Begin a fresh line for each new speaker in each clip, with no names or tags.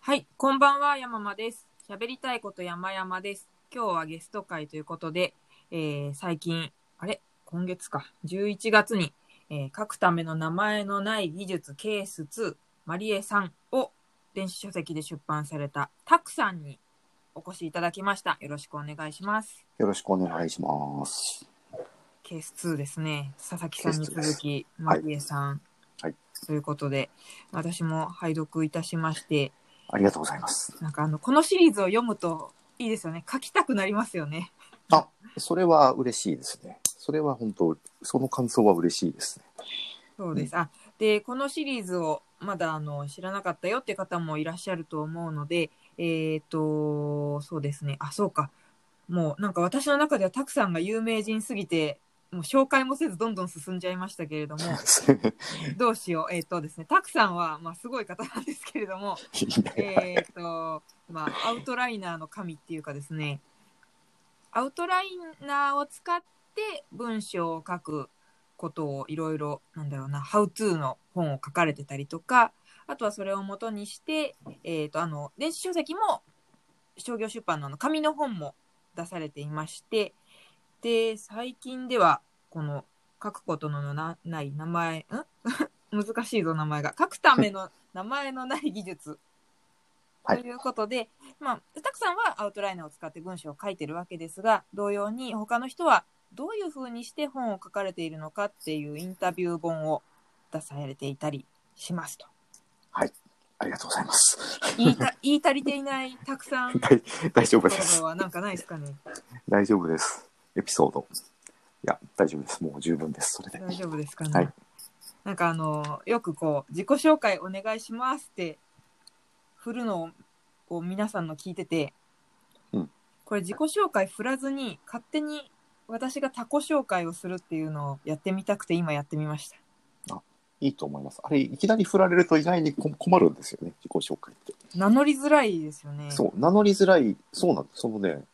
はい、こんばんは、山間です。喋りたいこと山々です。今日はゲスト会ということで、えー最近、あれ今月か、11月に、えー書くための名前のない技術ケース2、マリエさんを電子書籍で出版されたタクさんにお越しいただきました。よろしくお願いします。
よろしくお願いします。
ケース2ですね。佐々木さんに
ケ
続
ース
き、
は
マ
い
リエさん。
はい
ということで、私も拝読いたしまして、
ありがとうございます。
なんかあの、このシリーズを読むといいですよね。書きたくなりますよね。
それは嬉しいですね。それは本当、その感想は嬉しいですね。
そうです。あ、で、このシリーズをまだあの、知らなかったよって方もいらっしゃると思うので、えっ、と、そうですね。あ、そうか。もうなんか私の中ではたくさんが有名人すぎて、もう紹介もせずどんどん進んじゃいましたけれども、どうしよう。えっ、とですね、たくさんは、まあすごい方なんですけれども、えっと、まあ、アウトライナーの神っていうかですね、アウトライナーを使って文章を書くことをいろいろ、なんだろうな、ハウツーの本を書かれてたりとか、あとはそれを元にして、えっ、と、あの、電子書籍も商業出版のあの紙の本も出されていまして、で、最近では、この、書くことのなない名前、ん 難しいぞ、名前が。書くための名前のない技術
はい
ということで、まあ、たくさんはアウトライナーを使って文章を書いてるわけですが、同様に他の人はどういうふうにして本を書かれているのかっていうインタビュー本を出されていたりしますと。
ありがとうございます。
言いた 言い足りていないたくさんの
大 大丈夫
こ
です
ろ。はなんかないですかね。
大丈夫です。エピソード。いや、大丈夫です。もう十分です。それで。
大丈夫ですかね。
はい
なんかあの、よくこう、自己紹介お願いしますって振るのをを皆さんの聞いてて、
うん
これ自己紹介振らずに勝手に私が他己紹介をするっていうのをやってみたくて今やってみました。
いいと思います。あれ、いきなり振られると意外にこ困るんですよね。自己紹介って。
名乗りづらいですよね。
そう、名乗りづらい、そうなんです。そのね、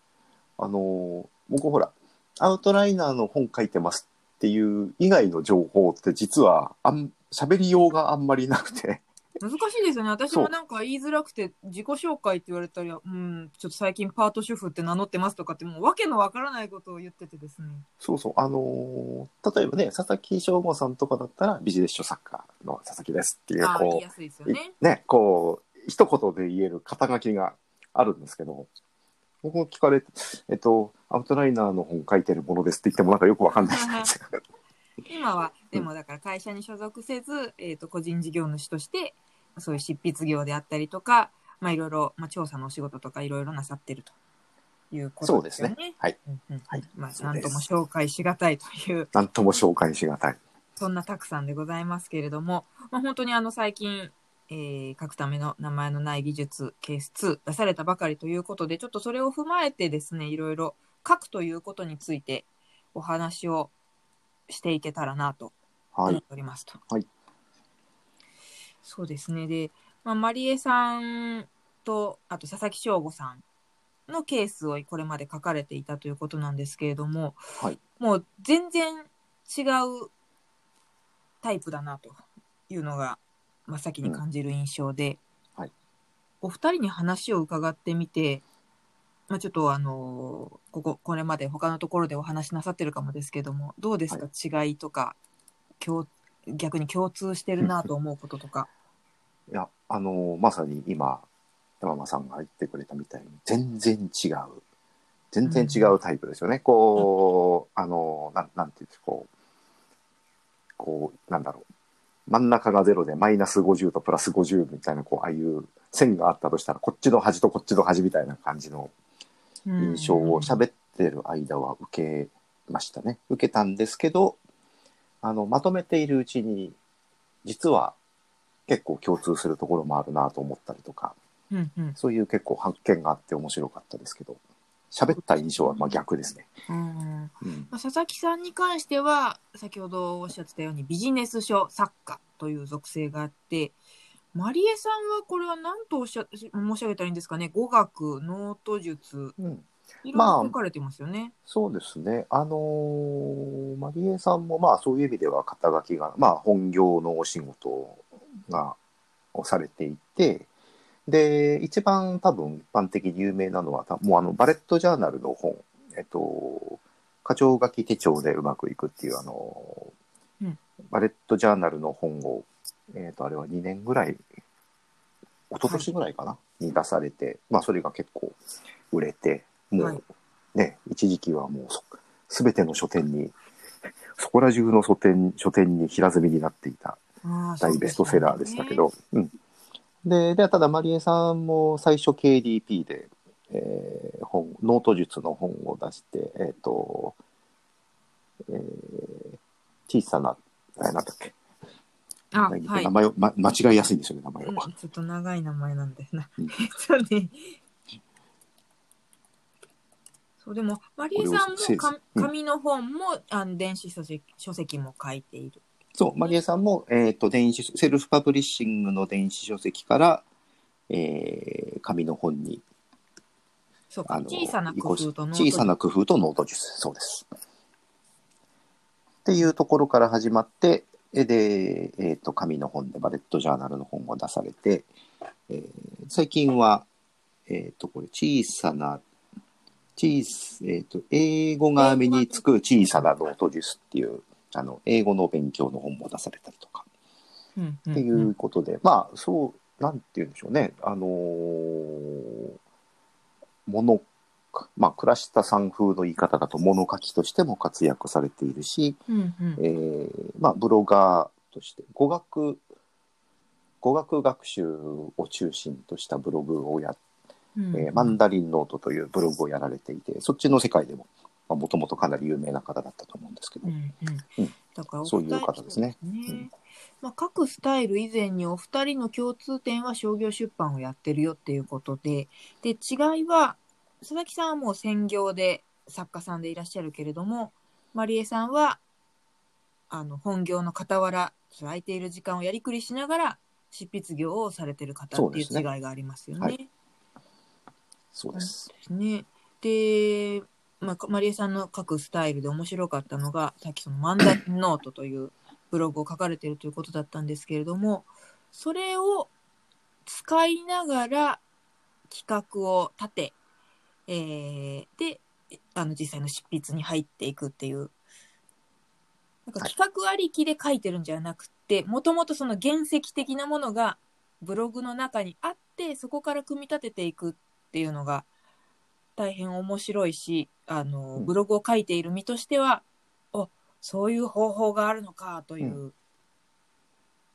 あのー僕ほら、アウトライナーの本書いてますっていう以外の情報って実は、あん、喋りようがあんまりなくて、
難しいですよね。私
そ
も
う
なんか言いづらくて自己紹介って言われたり、うん、ちょっと最近パート主婦って名乗ってますとかってもうわけのわからないことを言っててですね。
そうそう、あのー例えばね、佐々木翔吾さんとかだったら、ビジネス書作家の佐々木ですっていう、
ああ、言い
こ
やすいですよ
う、い
ね。
ね、こう、一言で言える肩書きがあるんですけど、僕も聞かれて、えっと、アウトライナーの本書いてるものですって言ってもなんかよくわかんないじゃないで すか。
今は、でもだから会社に所属せず、えっ、と、個人事業主として、そういう執筆業であったりとか、まあいろいろ、まあ調査のお仕事とかいろいろなさってるということですよね。
そうですねはい。
うんうん
はい
まあ、
そ
な
うんです
とも紹介しがたいという、
なんとも紹介しがたい。
そんなたくさんでございますけれども、まあ本当にあの最近、えー書くための名前のない技術、ケース2出されたばかりということで、ちょっとそれを踏まえてですね、いろいろ書くということについてお話をしていけたらなと
はい
思っ。ておりますと。
はい
そうですね。で、まあ、マリエさんと、あと佐々木翔吾さんのケースをこれまで書かれていたということなんですけれども、
はい
もう全然違うタイプだなというのが真っ先に感じる印象で、
うんはい
お二人に話を伺ってみて、まあ、ちょっとあのここ、これまで他のところでお話しなさってるかもですけども、どうですか、違いとか、共逆に共通してるなと思うこととか。
いや、あのーまさに今、山間さんが言ってくれたみたいに、全然違う。全然違うタイプですよね。こう、あのーなん、なんていうんですか、こう、こう、なんだろう。真ん中がゼロでマイナス50とプラス50みたいな、こう、ああいう線があったとしたら、こっちの端とこっちの端みたいな感じの印象を
べ
喋ってる間は受けましたね。受けたんですけど、あの、まとめているうちに、実は結構共通するところもあるなと思ったりとか、
うんうん
そういう結構発見があって面白かったですけど、喋った印象はまあ逆ですね。
うん
うん、
まあ、佐々木さんに関しては先ほどおっしゃってたようにビジネス書作家という属性があってマリエさんはこれは何とおっしゃ申し上げたらいいんですかね語学ノート術
うん、
いろいろ書かれてますよね。
そうですね。あのーマリエさんもまあそういう意味では肩書きが、まあ本業のお仕事が、をされていて、で、一番多分一般的に有名なのは、たもうあの、バレットジャーナルの本、えっと、課長書き手帳でうまくいくっていう、あの、
うん
バレットジャーナルの本を、えっと、あれは2年ぐらい、一昨年ぐらいかな、に出されて、まあ、それが結構売れて、もう、
はい
ね、一時期はもうそ、すべての書店に、そこら中の書店、書店に平積みになっていた
ああそう
大ベストセラーでしたけど、うん、ででただまりえさんも最初 KDP で、えー本ノート術の本を出してえっ、と、えー小さなあれなんだっけ
あはい
名前を、ま、間違いやすいんですよね名前を、
うん、ちょっと長い名前なんだよな。
うん
そうね。そうでも、マリエさんも
これを
か
うん
紙の本も、あの電子書籍書籍も書いている。
そうまりえさんも、えー、と電子セルフパブリッシングの電子書籍から、えー紙の本に
そうか、
あの
小さな工夫とノート
小さな工夫とノート術そうです。っていうところから始まってえで、えー、と紙の本でバレットジャーナルの本を出されて、えー最近は、えー、とこれ小さな小さ、えー、と英語が身につく小さなノート術っていうあの英語の勉強の本も出されたりとか。
うん
ってい
ん
うことで、まあそうなんて言うんでしょうねあのーものまあ倉下さん風の言い方だと物書きとしても活躍されているし、
うんうん
えーまあ、ブロガーとして語学語学学習を中心としたブログをやっ
うん
えーマンダリンノートというブログをやられていてそっちの世界でももともとかなり有名な方だったと思うんですけど、
うん
う
うんん、だからお二人
そういう方ですね
そうですね
うん
まあ、各スタイル以前にお二人の共通点は商業出版をやってるよっていうことでで違いは佐々木さんはもう専業で作家さんでいらっしゃるけれどもまりえさんはあの本業の傍らその空いている時間をやりくりしながら執筆業をされてる方っていう
そうです
違い
ね
がありますよ
は
ね
い。そうです。
ですね。で、まあ、マリエさんの書くスタイルで面白かったのが、さっきそのマンダリンノートというブログを書かれているということだったんですけれども、それを使いながら企画を立て、えーで、あの実際の執筆に入っていくっていう、なんか
はい
企画ありきで書いてるんじゃなくて、もともとその原石的なものがブログの中にあって、そこから組み立てていくっていうのが大変面白いし、あの、
うん
ブログを書いている身としては、お、そういう方法があるのかという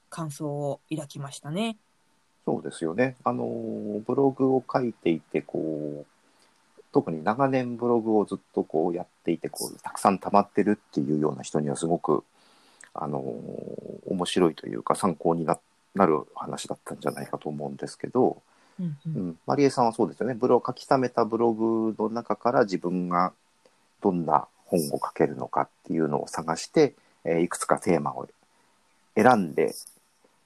感想を抱きましたね。
そうですよね。あのー、ブログを書いていて、こう、特に長年ブログをずっとこうやっていて、こう、たくさん溜まってるっていうような人にはすごく、あのー、面白いというか参考にななる話だったんじゃないかと思うんですけど、
うんう
うんん、マリエさんはそうですよね。ブログ書き溜めたブログの中から自分がどんな本を書けるのかっていうのを探して、えーいくつかテーマを選んで、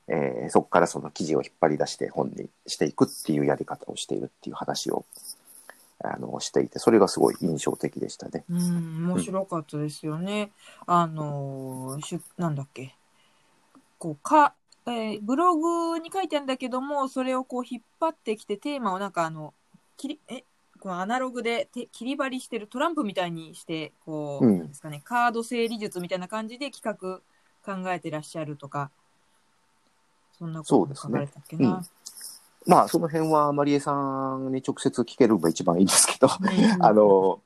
えーそこからその記事を引っ張り出して本にしていくっていうやり方をしているっていう話をあのしていて、それがすごい印象的でしたね。
うん、面白かったですよね。あのー、しゅなんだっけ。こう、か、えーブログに書いてあるんだけども、それをこう引っ張ってきて、テーマをなんかあの、切り、え、このアナログでて切り張りしてるトランプみたいにして、こう、
うん
なんですかね、カード整理術みたいな感じで企画考えてらっしゃるとか、そんなことも書かれたっけな。
まあ、その辺はマリエさんに直接聞けるのが一番いいんですけど、
うん
あ、の、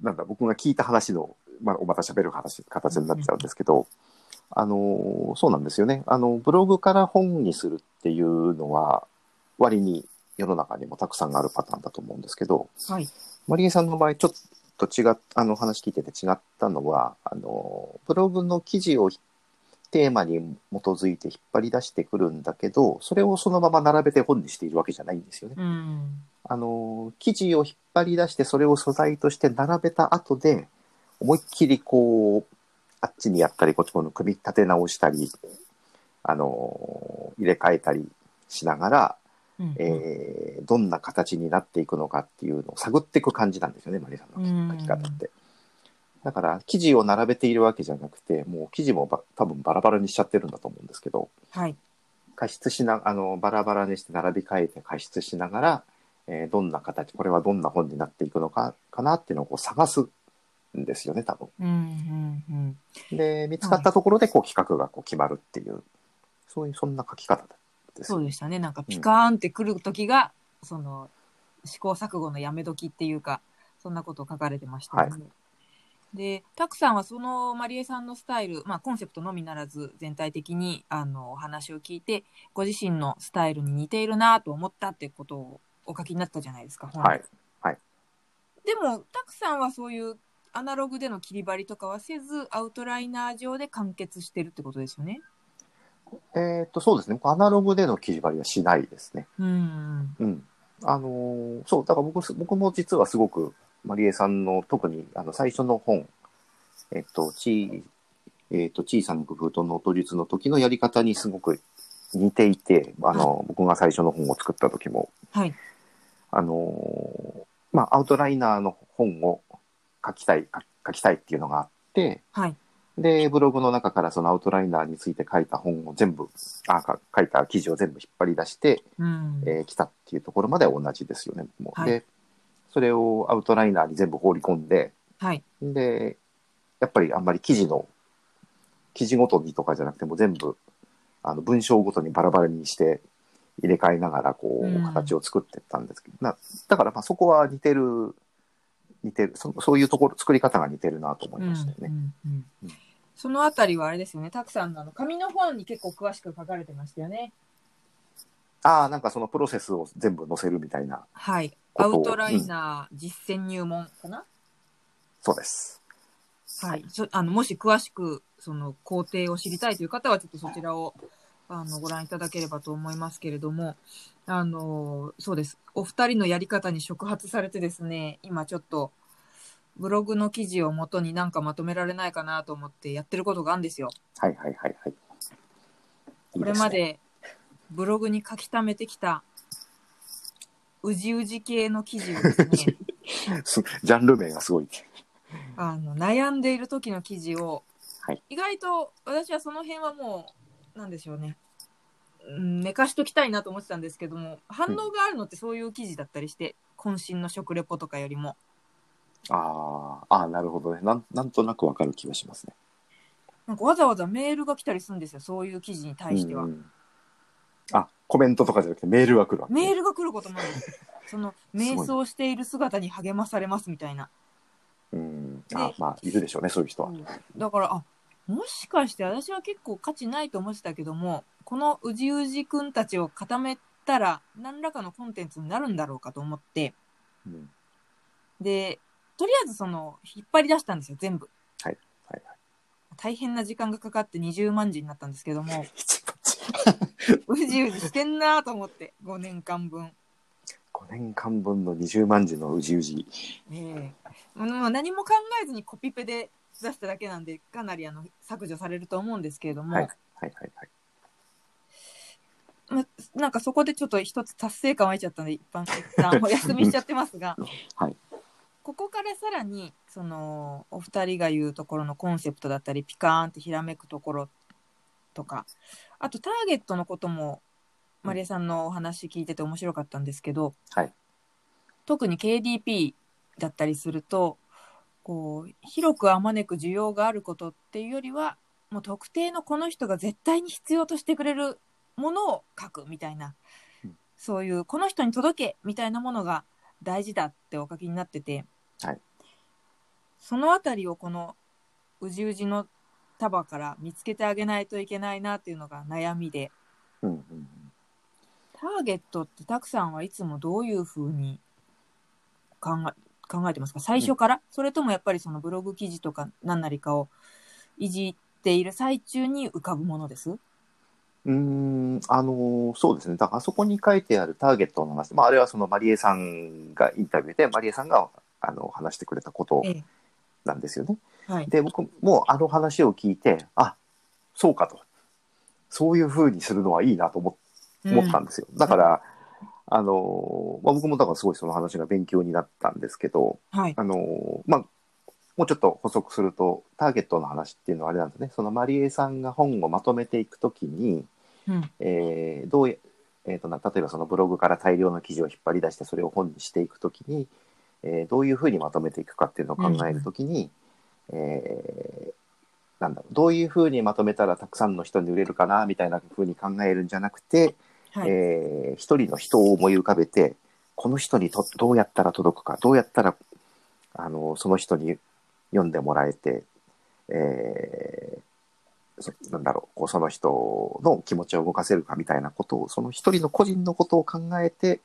なんだ、僕が聞いた話の、まあ、また喋る話、形になっちゃうんですけど、あの、そうなんですよね。あの、ブログから本にするっていうのは、割に世の中にもたくさんあるパターンだと思うんですけど、
はい。
マリエさんの場合、ちょっと違っあの、話聞いてて違ったのは、あの、ブログの記事をひテーマに基づいて引っ張り出してくるんだけど、それをそのまま並べて本にしているわけじゃないんですよね。
うん。
あの、記事を引っ張り出して、それを素材として並べた後で、思いっきりこう、あっちにやったり、こっちも組み立て直したり、あの、入れ替えたりしながら、
うん
えーどんな形になっていくのかっていうのを探っていく感じなんですよね、マリさんの書き方って。だから、記事を並べているわけじゃなくて、もう記事もば多分バラバラにしちゃってるんだと思うんですけど、
はい。
加湿しな、あの、バラバラにして並び替えて加湿しながら、えーどんな形、これはどんな本になっていくのか、かなっていうのをこう探すんですよね、多分。
うんうんうん
で、見つかったところで、こう、企画がこう決まるっていう、そういう、そんな書き方です。
そうでしたね。なんかピカーンってくる時が、その試行錯誤のやめ時っていうか、そんなことを書かれてましたよね。で、たくさんはそのまりえさんのスタイル、まあコンセプトのみならず全体的にあのお話を聞いて、ご自身のスタイルに似ているなと思ったってことをお書きになったじゃないですか。本に
はい。
でも、たくさんはそういうアナログでの切り張りとかはせず、アウトライナー上で完結してるってことですよね。
えーっと、そうですね。アナログでの切り張りはしないですね。
うん。
うん。あのーそう、だから僕す、僕も実はすごく、マリエさんの、特に、あの、最初の本、えっと、ち、えっと、小さな工夫とノート術の時のやり方にすごく似ていて、あの、僕が最初の本を作った時も、
はい。
あのーまあ、アウトライナーの本を書きたい、書書きたいっていうのがあって、
はい。
で、ブログの中からそのアウトライナーについて書いた本を全部、あ、か書いた記事を全部引っ張り出して、
うん。
えー来たっていうところまでは同じですよね。もう
はい
で、それをアウトライナーに全部放り込んで、
はい。
で、やっぱりあんまり記事の、記事ごとにとかじゃなくてもう全部、あの文章ごとにバラバラにして入れ替えながらこ
うん
う形を作ってったんですけど、なだからまあそこは似てる、似てるそ、そういうところ、作り方が似てるなと思いましたよね。
うんうんう
うんん、
そのあたりはあれですよね、たくさんのあの紙の本に結構詳しく書かれてましたよね。
ああ、なんかそのプロセスを全部載せるみたいな、
はい。ア
ことを
ウトライナー実践入門かな、
そうです。
はい。そあのもし詳しくその工程を知りたいという方は、ちょっとそちらをあのご覧いただければと思いますけれども、あの、そうです。お二人のやり方に触発されてですね、今ちょっと、ブログの記事をもとになんかまとめられないかなと思ってやってることがあるんですよ。
はいはいはいはい。いい
これ
すね
までブログに書き溜めてきたうじうじ系の記事をです ね
す ジャンル名がすごい。
あの悩んでいる時の記事を、
はい
意外と私はその辺はもうなんでしょうねうん寝かしときたいなと思ってたんですけども反応があるのってそういう記事だったりして、渾身の食レポとかよりも
あーあー、なるほどね。なんなんとなくわかる気がしますね。
なんかわざわざメールが来たりするんですよそういう記事に対しては、
うんうんあ、コメントとかじゃなくてメールが来るわけね、
メールが来ることもあるんですその
す
瞑
ごい
想している姿に励まされますみたいな
うん。あ
で
まあ、いるでしょうね、そういう人は。
うんだからあもしかして私は結構価値ないと思ってたけどもこのうじうじくんたちを固めたら何らかのコンテンツになるんだろうかと思って
うん
でとりあえずその引っ張り出したんですよ全部
はいは
大変な時間がかかって20万字になったんですけども
い一番
うじうじしてんなと思って5年間分。
5年間分の20万字のうじうじ。
ええもう何も考えずにコピペで出しただけなんでかなりあの削除されると思うんですけれども、
はいはいはいはい。、
ま、なんかそこでちょっと一つ達成感湧いちゃったんで、一般一旦お休みしちゃってますが
はい
ここからさらに、その、お二人が言うところのコンセプトだったり、ピカーンってひらめくところとか、あとターゲットのことも、マリエさんのお話聞いてて面白かったんですけど、
はい
特に KDP だったりすると、こう、広くあまねく需要があることっていうよりは、もう特定のこの人が絶対に必要としてくれるものを書くみたいな
うん、
そういう、この人に届けみたいなものが大事だってお書きになってて、
はい
そのあたりをこの、うじうじの束から見つけてあげないといけないなっていうのが悩みで、
うんうんうん。
ターゲットってたくさんはいつもどういうふうに考え考えてますか最初から、それともやっぱりそのブログ記事とか何なりかをいじっている最中に浮かぶものです
うーん、あのーそうですね。だから、あそこに書いてあるターゲットの話、まあ、あれはそのマリエさんがインタビューで、マリエさんが、あの、話してくれたこと
え
なんですよね。
え。はい。
で、僕もあの話を聞いて、あ、そうかと。そういう風にするのはいいなと思思ったんですよ。だから、あの、まあ、僕もだからすごいその話が勉強になったんですけど、
うんはい。
あの、まあ、もうちょっと補足すると、ターゲットの話っていうのはあれなんですね。そのマリエさんが本をまとめていくときに、
うん
えーどうやえーとな例えばそのブログから大量の記事を引っ張り出してそれを本にしていくときに、えーどういうふうにまとめていくかっていうのを考えるときに、えーなんだろうどういうふうにまとめたらたくさんの人に売れるかなみたいなふうに考えるんじゃなくて、
はい。
えー一人の人を思い浮かべてこの人にとどうやったら届くかどうやったらあのその人に読んでもらえて、えーそなんだろうこうその人の気持ちを動かせるかみたいなことをその一人の個人のことを考えて、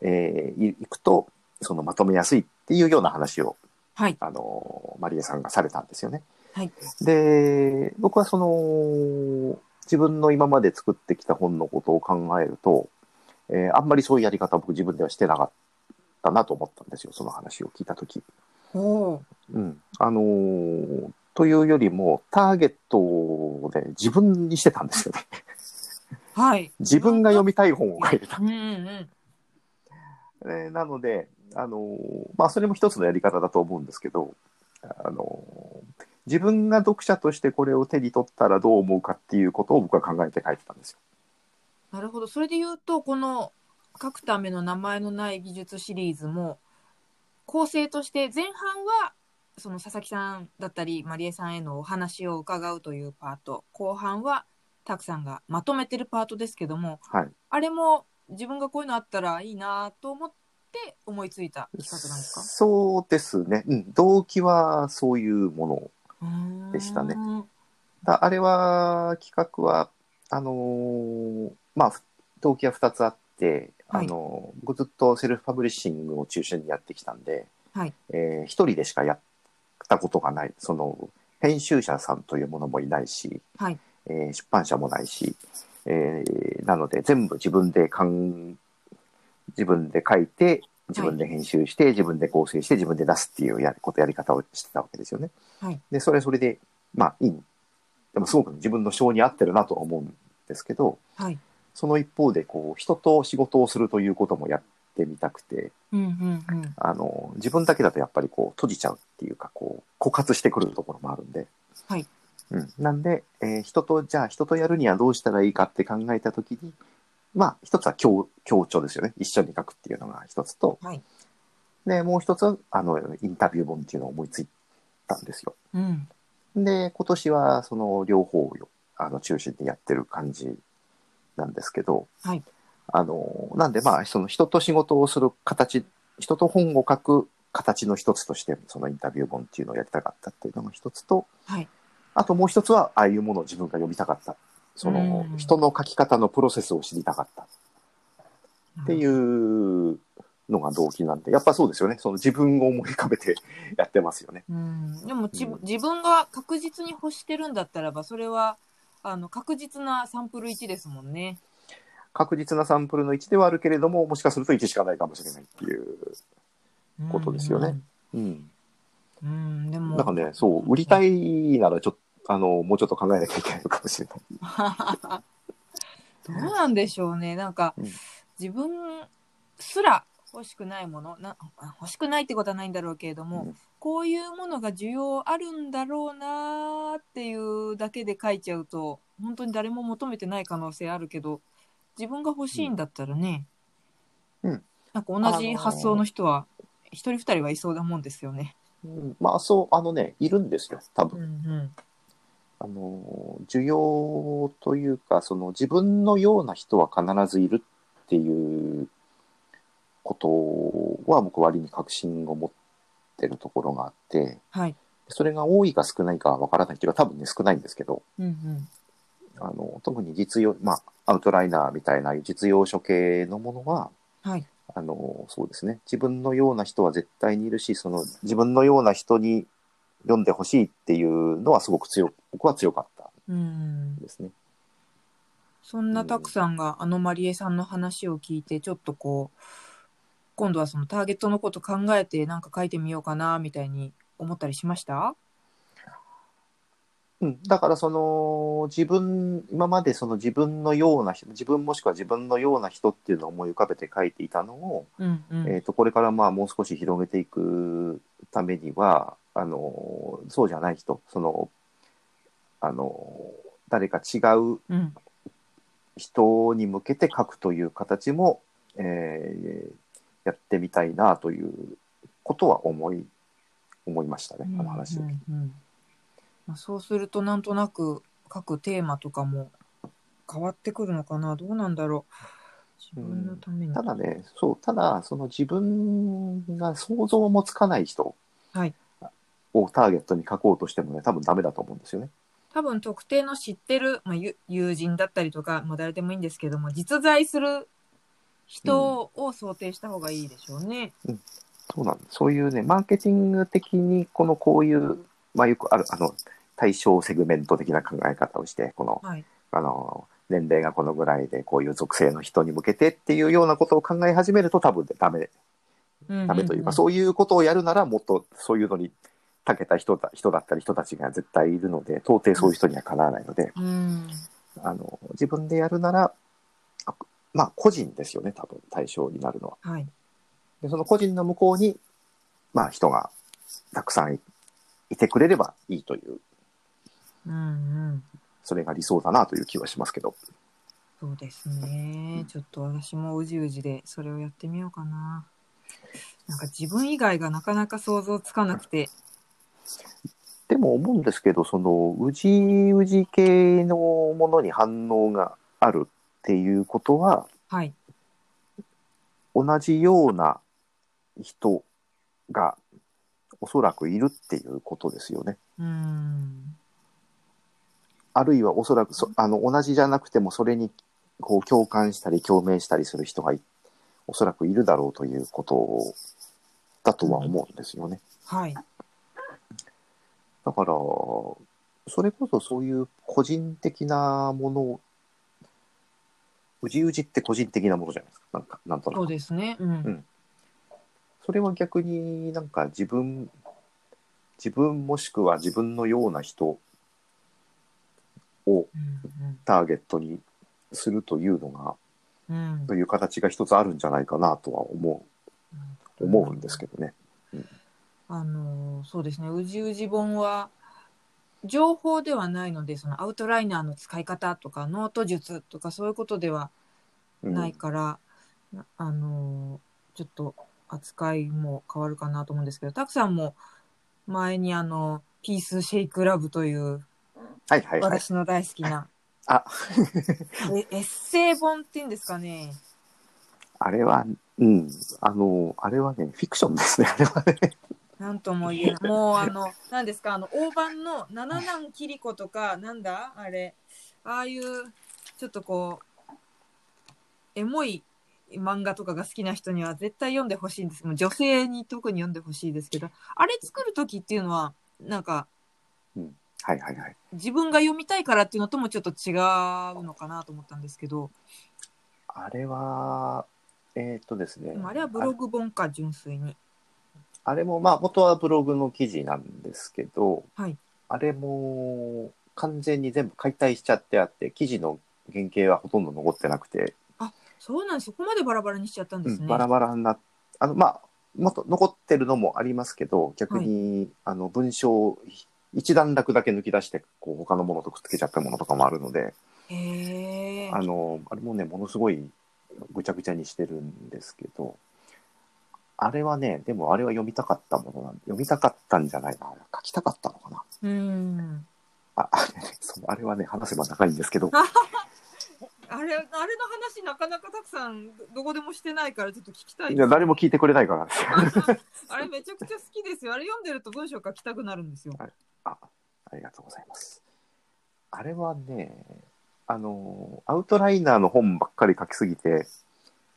えーいいくとそのまとめやすいっていうような話を
はい。
あのマリエさんがされたんですよね。
はい
で僕はその自分の今まで作ってきた本のことを考えると、えーあんまりそういうやり方僕自分ではしてなかったなと思ったんですよその話を聞いた時。
おー
うんあのーというよりもターゲットをね自分にしてたんですよね。
はい。
自分が読みたい本を書いてた。
うんうん
えーなので、あのーまあ、それも一つのやり方だと思うんですけど、あのー自分が読者としてこれを手に取ったらどう思うかっていうことを僕は考えて書いてたんですよ。
なるほど。それで言うと、この書くための名前のない技術シリーズも、構成として前半は、その佐々木さんだったり、まりえさんへのお話を伺うというパート、後半は、たくさんがまとめてるパートですけども、
はい、
あれも自分がこういうのあったらいいなと思って思いついた企画なんですか
そうですね、うん、動機はそういうもの
で
したね
は
だあれは企画はあのーまあふ動機は2つあって、
はい
あのー僕ずっとセルフパブリッシングを中心にやってきたんで、
はい
えー一人でしかやったことがないその編集者さんというものもいないし、
はい
えー出版社もないし、えーなので全部自分でかん自分で書いて自分で編集して、自分で構成して自分で出すっていうやことやり方をしてたわけですよね。
はい
でそれはそれでまあいいでもすごく自分の性に合ってるなとは思うんですけど
い。
その一方でこう人と仕事をするということもやってみたくて
うんうんうん。
あの自分だけだとやっぱりこう閉じちゃうっていうかこう枯渇してくるところもあるんで、
はい
うん、なんで、えー人とじゃあ人とやるにはどうしたらいいかって考えた時にまあ一つは協協調ですよね一緒に書くっていうのが一つと、
はい
でもう一つはあのインタビュー本っていうのを思いついたんですよ。
うん。
で、今年はその両方をあの中心にやってる感じなんですけど、
はい
あの、なんでまあ、その人と仕事をする形、人と本を書く形の一つとして、そのインタビュー本っていうのをやりたかったっていうのが一つと、
はい。
あともう一つは、ああいうものを自分が読みたかった。その
う、ん。
人の書き方のプロセスを知りたかったっていううのが動機なんで、やっぱそうですよね。その自分を思い浮かべてやってますよね。
ん。でもち、
うん
自分が確実に欲してるんだったらば、それは、あの、確実なサンプル1ですもんね。
確実なサンプルの1ではあるけれどももしかすると1しかないかもしれないっていう、ことですよねうん、
うん。うん、でも。
なんかねそう売りたいならちょっとあのもうちょっと考えなきゃいけないのかもしれない
どうなんでしょうね。なんか
うん、
自分すら欲しくないものな、欲しくないってことはないんだろうけれども、
うん
こういうものが需要あるんだろうなーっていうだけで書いちゃうと、本当に誰も求めてない可能性あるけど、自分が欲しいんだったらね、
うん
なんか同じ発想の人は、一人二人はいそうだもんですよね。
うん、まあそうあのねいるんですよ多
う
分、
んうん。
あの需要というかその自分のような人は必ずいるっていうことは僕割に確信を持ってるところがあって
はい。
それが多いか少ないかは分からないっていうか多分ね少ないんですけど
うんうん。
あの特に実用、まあ、アウトライナーみたいな実用書系のものは
はい。
あのそうですね自分のような人は絶対にいるしその自分のような人に読んでほしいっていうのはすごく強僕は強かった
うん
ん。ですね。
そんなたくさんが、あのまりえさんの話を聞いて、ちょっとこう、今度はそのターゲットのこと考えて、なんか書いてみようかな、みたいに思ったりしました
うん、だからその自分今までその自分のような人自分もしくは自分のような人っていうのを思い浮かべて書いていたのを、
うんうん。
えー、とこれからまあもう少し広げていくためにはあのそうじゃない人そのあの誰か違う
うん。
人に向けて書くという形も、えーやってみたいなということは思い思いましたね、あの話を聞いて。
うんうんうんまあ、そうするとなんとなく各テーマとかも変わってくるのかなどうなんだろう自分のために、
ただね、そう、ただ、その自分が想像もつかない人
はい
をターゲットに書こうとしてもね、多分ダメだと思うんですよね。
多分特定の知ってる、まあ、ゆ友人だったりとか、まあ、誰でもいいんですけども実在する人を想定した方がいいでしょうね。
そうなんですそういうね、マーケティング的に、このこういう、まあよくある、あの、対象セグメント的な考え方をして、この、
はい
あの、年齢がこのぐらいで、こういう属性の人に向けてっていうようなことを考え始めると多分ダメ、ダメというか、
う
そういうことをやるならもっとそういうのに長けた人だ人だったり人たちが絶対いるので、到底そういう人にはかなわないので、
んうんうん。
あの、自分でやるなら、あまあ個人ですよね、多分対象になるのは。
うん。はい。
で、その個人の向こうに、まあ人がたくさんいいてくれればいいという、
うんうん。
それが理想だなという気はしますけど。
そうですね。ちょっと私もうじうじでそれをやってみようかな。なんか自分以外がなかなか想像つかなくて。
でも思うんですけど、その、うじうじ系のものに反応があるっていうことは、
はい。
同じような人がおそらくいるっていうことですよね。
うん。
あるいはおそらくそ、あの、同じじゃなくてもそれに、こう、共感したり共鳴したりする人がいおそらくいるだろうということだとは思うんですよね。
はい。
だから、それこそそういう個人的なもの、うじうじって個人的なものじゃないですか。なんか、なんとな
そう
く。
ですね。うん。
んそれは逆になんか自分、自分もしくは自分のような人を
うん
ターゲットにするというのが、
うん。うん
という形が一つあるんじゃないかなとは思う、思うんですけどね。
あのーそうですね、うじうじ本は、情報ではないので、そのアウトライナーの使い方とか、ノート術とか、そういうことでは
うん
ないから、なあのーちょっと扱いも変わるかなと思うんですけど、たくさんも前にあの、ピースシェイクラブという、
はいはいはい。
私の大好きな、
あ、
えエッセイ本っていうんですかね。
あれは、うん、あの、あれはね、フィクションですね、あれはね。
なんとも 言えない。もうあの、何ですか、あの、大判の七難キリコとか、なんだあれ、ああいう、ちょっとこう、エモい漫画とかが好きな人には絶対読んでほしいんです。もう女性に特に読んでほしいですけど、あれ作る時っていうのは、なんか、
はいはいはい。
自分が読みたいからっていうのともちょっと違うのかなと思ったんですけど、
あれは、えーっとですね
で。もあれはブログ本か、純粋に。
ああれも、まあ、元はブログの記事なんですけど、
はい
あれも、完全に全部解体しちゃってあって、記事の原型はほとんど残ってなくて、
そうなんです。そこまでバラバラにしちゃったんですね。
うんバラバラになっあのまあもっと残ってるのもありますけど逆に、あの文章を一段落だけ抜き出してこう他のものとくっつけちゃったものとかもあるので
へえ。
あのあれもねものすごいぐちゃぐちゃにしてるんですけどあれはねでもあれは読みたかったものなん読みたかったんじゃないな書きたかったのかな
うん。
ああれねそのあれはね話せば長いんですけど
あれ、あれの話なかなかたくさんどどこでもしてないからちょっと聞きたい
い
で
や
す。
誰も聞いてくれないからですよ
あれめちゃくちゃ好きですよ。あれ読んでると文章書きたくなるんですよ。
あありがとうございます。あれはね、あの、アウトライナーの本ばっかり書きすぎて、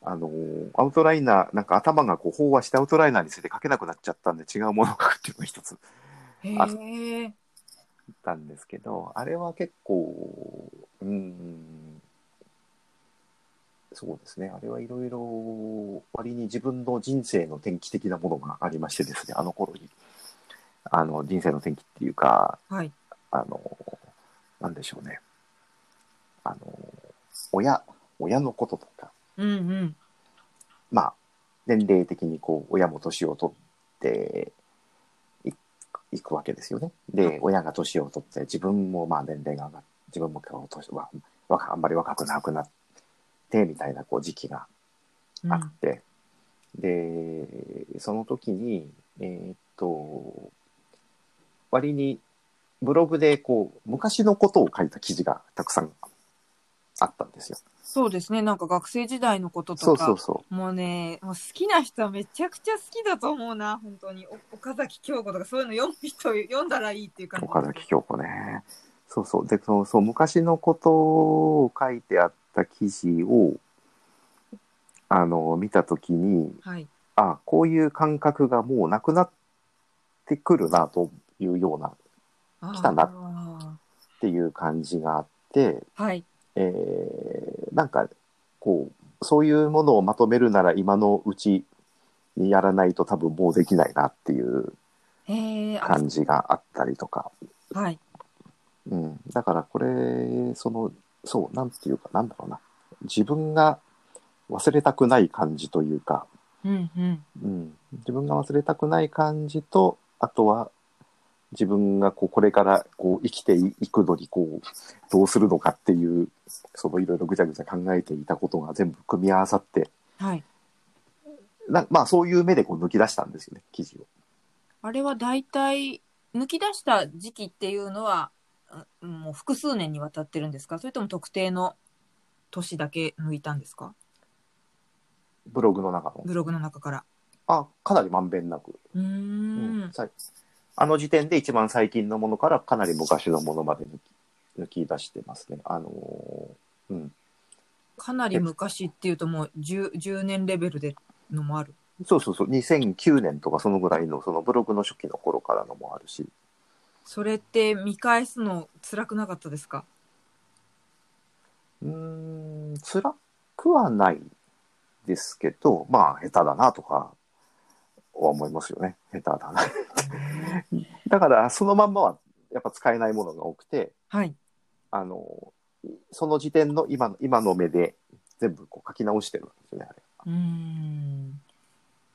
あの、アウトライナー、なんか頭がこう飽和してアウトライナーについて書けなくなっちゃったんで違うものを書くっていうのが一つ
へ
あ
え。
だったんですけど、あれは結構、うーん、そうですね、あれはいろいろ、割に自分の人生の転機的なものがありましてですね、あの頃に。あの、人生の転機っていうか、
はい。
あの、なんでしょうね。あの、親、親のこととか、
うんうん。
まあ、年齢的にこう、親も年を取っていいくわけですよね。で、親が年を取って、自分もまあ年齢が上がって、自分もこう年は若あんまり若くなくなってみたいなこう時期があって、でその時にえーっと割にブログでこう昔のことを書いた記事がたくさんあったんですよ。
そうですね。なんか学生時代のことと
そうそう
か。
そ
もうね、もう好きな人はめちゃくちゃ好きだと思うな、本当に。お岡崎京子とかそういうの読む人読んだらいいっていう感
う
じ。
岡崎京子ね。そうそうでそのそう昔のことを書いてあった記事をあの見た時に
はい。
あこういう感覚がもうなくなってくるなというような来たな
な。
っていう感じがあって、
はい。
えーなんかこうそういうものをまとめるなら今のうちにやらないと多分もうできないなっていう
えー、あ
感じがあったりとか、
はい。
うん、だからこれそのそうなんていうかなんだろうな自分が忘れたくない感じというか、
うんうん。
うん、自分が忘れたくない感じとあとは自分がこうこれからこう生きていくのにこうどうするのかっていうそのいろいろぐちゃぐちゃ考えていたことが全部組み合わさって
はい。
なまあそういう目でこう抜き出したんですよね記事を。
あれは大体、抜き出した時期っていうのは、うんもう複数年にわたってるんですかそれとも特定の年だけ抜いたんですか
ブログの中の
ブログの中から。
あかなりまんべんなく、
うー。
うんさいあの時点で一番最近のものからかなり昔のものまで抜き抜き出してますね。あのーうん、
かなり昔っていうともう 10, 10年レベルでのもある。
そうそうそう2009年とかそのぐらいのそのブログの初期の頃からのもあるし
それって見返すの辛くなかったですか
うーん、辛くはないですけど、まあ、下手だなとか、は思いますよね。下手だな。だから、そのまんまは、やっぱ使えないものが多くて、
はい。
あの、その時点の今の、今の目で、全部こう書き直してるんですよね、あれ。
うーん。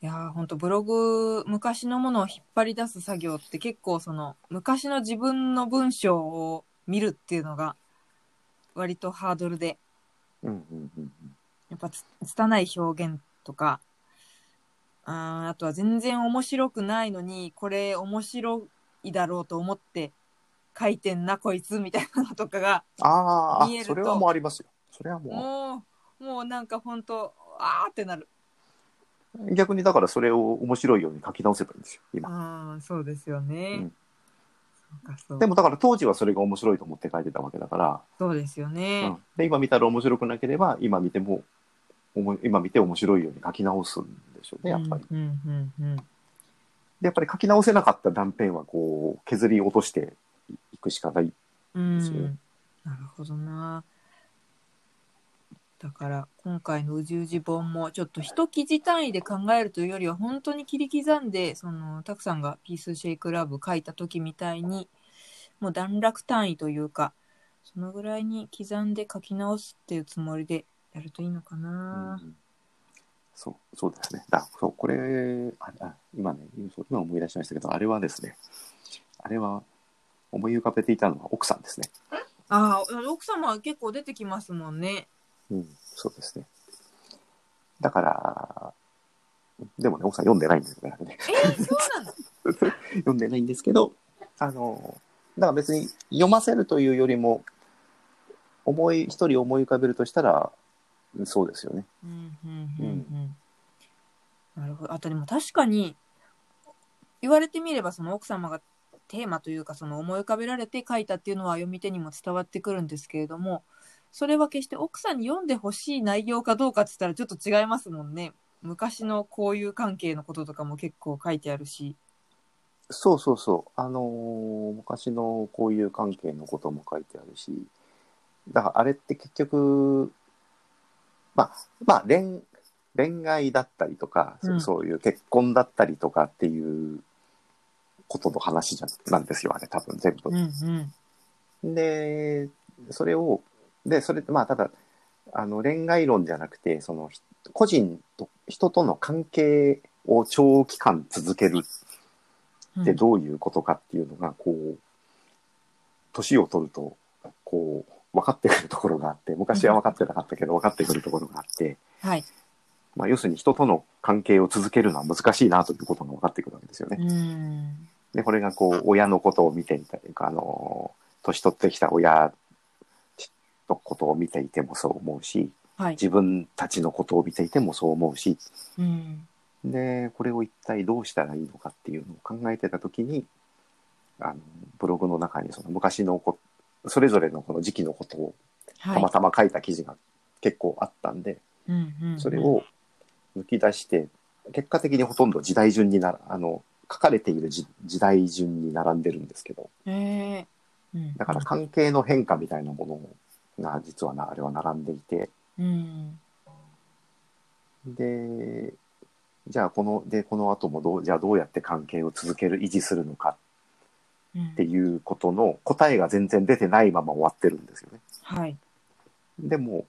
いやーほんとブログ昔のものを引っ張り出す作業って結構その昔の自分の文章を見るっていうのが割とハードルで
うんうんうんうん。
やっぱつ拙い表現とかあーあとは全然面白くないのにこれ面白いだろうと思って書いてんなこいつみたいなのとかが
あ
見え
ーあ、
ると
それはもうありますよ。それはも
もうもうなんかほんとあーってなる
う、逆にだからそれを面白いように書き直せばいいんですよ、今。
ああそうですよね、
うん
そうかそう
でもだから当時はそれが面白いと思って書いてたわけだから、
そうですよね、
うんで今見たら面白くなければ今見てもおも今見て面白いように書き直すんでしょうねやっぱり。で
うんうんうんうん
やっぱり書き直せなかった断片はこう削り落としていくしかない。
うん
ですよね
なるほどなだから今回の「うじうじ本」もちょっと一記事単位で考えるというよりは本当に切り刻んでそのたくさんが「ピースシェイクラブ」書いた時みたいにもう段落単位というかそのぐらいに刻んで書き直すっていうつもりでやるといいのかな、
うんそうそうですね。だそうこれああ今ねそう今思い出しましたけどあれはですねあれは思い浮かべていたのは奥さんですね。
ああ奥様は結構出てきますもんね
うんそうですね。だからでもね奥さん読んでないんですよねあれね。
えー、そうなの
読んでないんですけど、あの、だから別に読ませるというよりも、思い、一人思い浮かべるとしたら、そうですよね。
うんうんうんうんなるほど。あとでも確かに言われてみればその奥様がテーマというかその思い浮かべられて書いたっていうのは読み手にも伝わってくるんですけれどもそれは決して奥さんに読んでほしい内容かどうかって言ったらちょっと違いますもんね。昔の交友関係のこととかも結構書いてあるし。
そうそうそう。あのー昔のこういう関係のことも書いてあるし、だからあれって結局、まあ、まあ、恋、恋愛だったりとか、そう
うん
そういう結婚だったりとかっていうことの話じゃなんですよ、あれ多分全部。
うんうん。
で、それを、で、それってまあ、ただ、あの、恋愛論じゃなくて、その、ひ個人と、人との関係を長期間続ける
うん
ってどういうことかっていうのが、こう、年を取ると、こう、分かってくるところがあって、昔は分かってなかったけど、分かってくるところがあって、
はい。
まあ、要するに人との関係を続けるのは難しいなということが分かってくるわけですよね。
うん。
で、これがこう、親のことを見ていたりというか、あの、年取ってきた親のことを見ていてもそう思うし、
はい。
自分たちのことを見ていてもそう思うし、
うん。
で、これを一体どうしたらいいのかっていうのを考えてたときに、あの、ブログの中にその昔のこ、それぞれのこの時期のことを
は
たまたま書いた記事が結構あったんで、
い。うんうんうん
それ。を抜き出して、結果的にほとんど時代順になら、あの、書かれている時時代順に並んでるんですけど、
へえ。うん
だから関係の変化みたいなものが実はな、あれは並んでいて、
うん。
で、じゃあこの、で、この後もどう、じゃあどうやって関係を続ける、維持するのか
うん
っていうことの答えが全然出てないまま終わってるんですよね。
はい。
でも、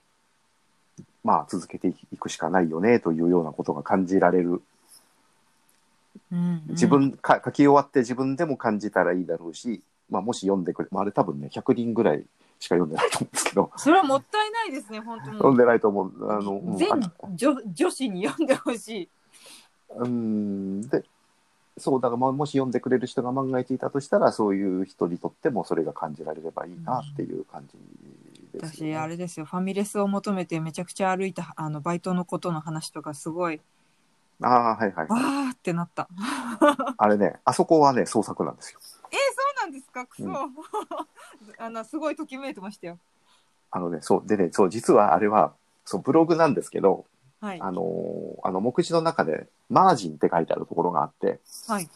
まあ続けていくしかないよねというようなことが感じられる。
うんうん
自。分か書き終わって自分でも感じたらいいだろうし、まあもし読んでくれ、まああれ多分ね、100人ぐらいしか読んでないと思うんですけど、
それはもったいないですね、本当に。
読んでないと思う。あの、うん
全
あの
女女子に読んでほしい。
うん、で、そう、だからまあもし読んでくれる人が万が一いたとしたら、そういう人にとってもそれが感じられればいいなっていう感じですよね、
私、あれですよ、ファミレスを求めてめちゃくちゃ歩いた、あの、バイトのことの話とかすごい、
ああ、はいはい。
わーってなった。
あれね、あそこはね、創作なんですよ。
えー、そうなんですかくそ、
うん
あの、すごいときめいてましたよ。
あのね、そう、でね、そう、実はあれは、そう、ブログなんですけど、
はい。
あのーあの、目次の中で、マージンって書いてあるところがあって、
はい。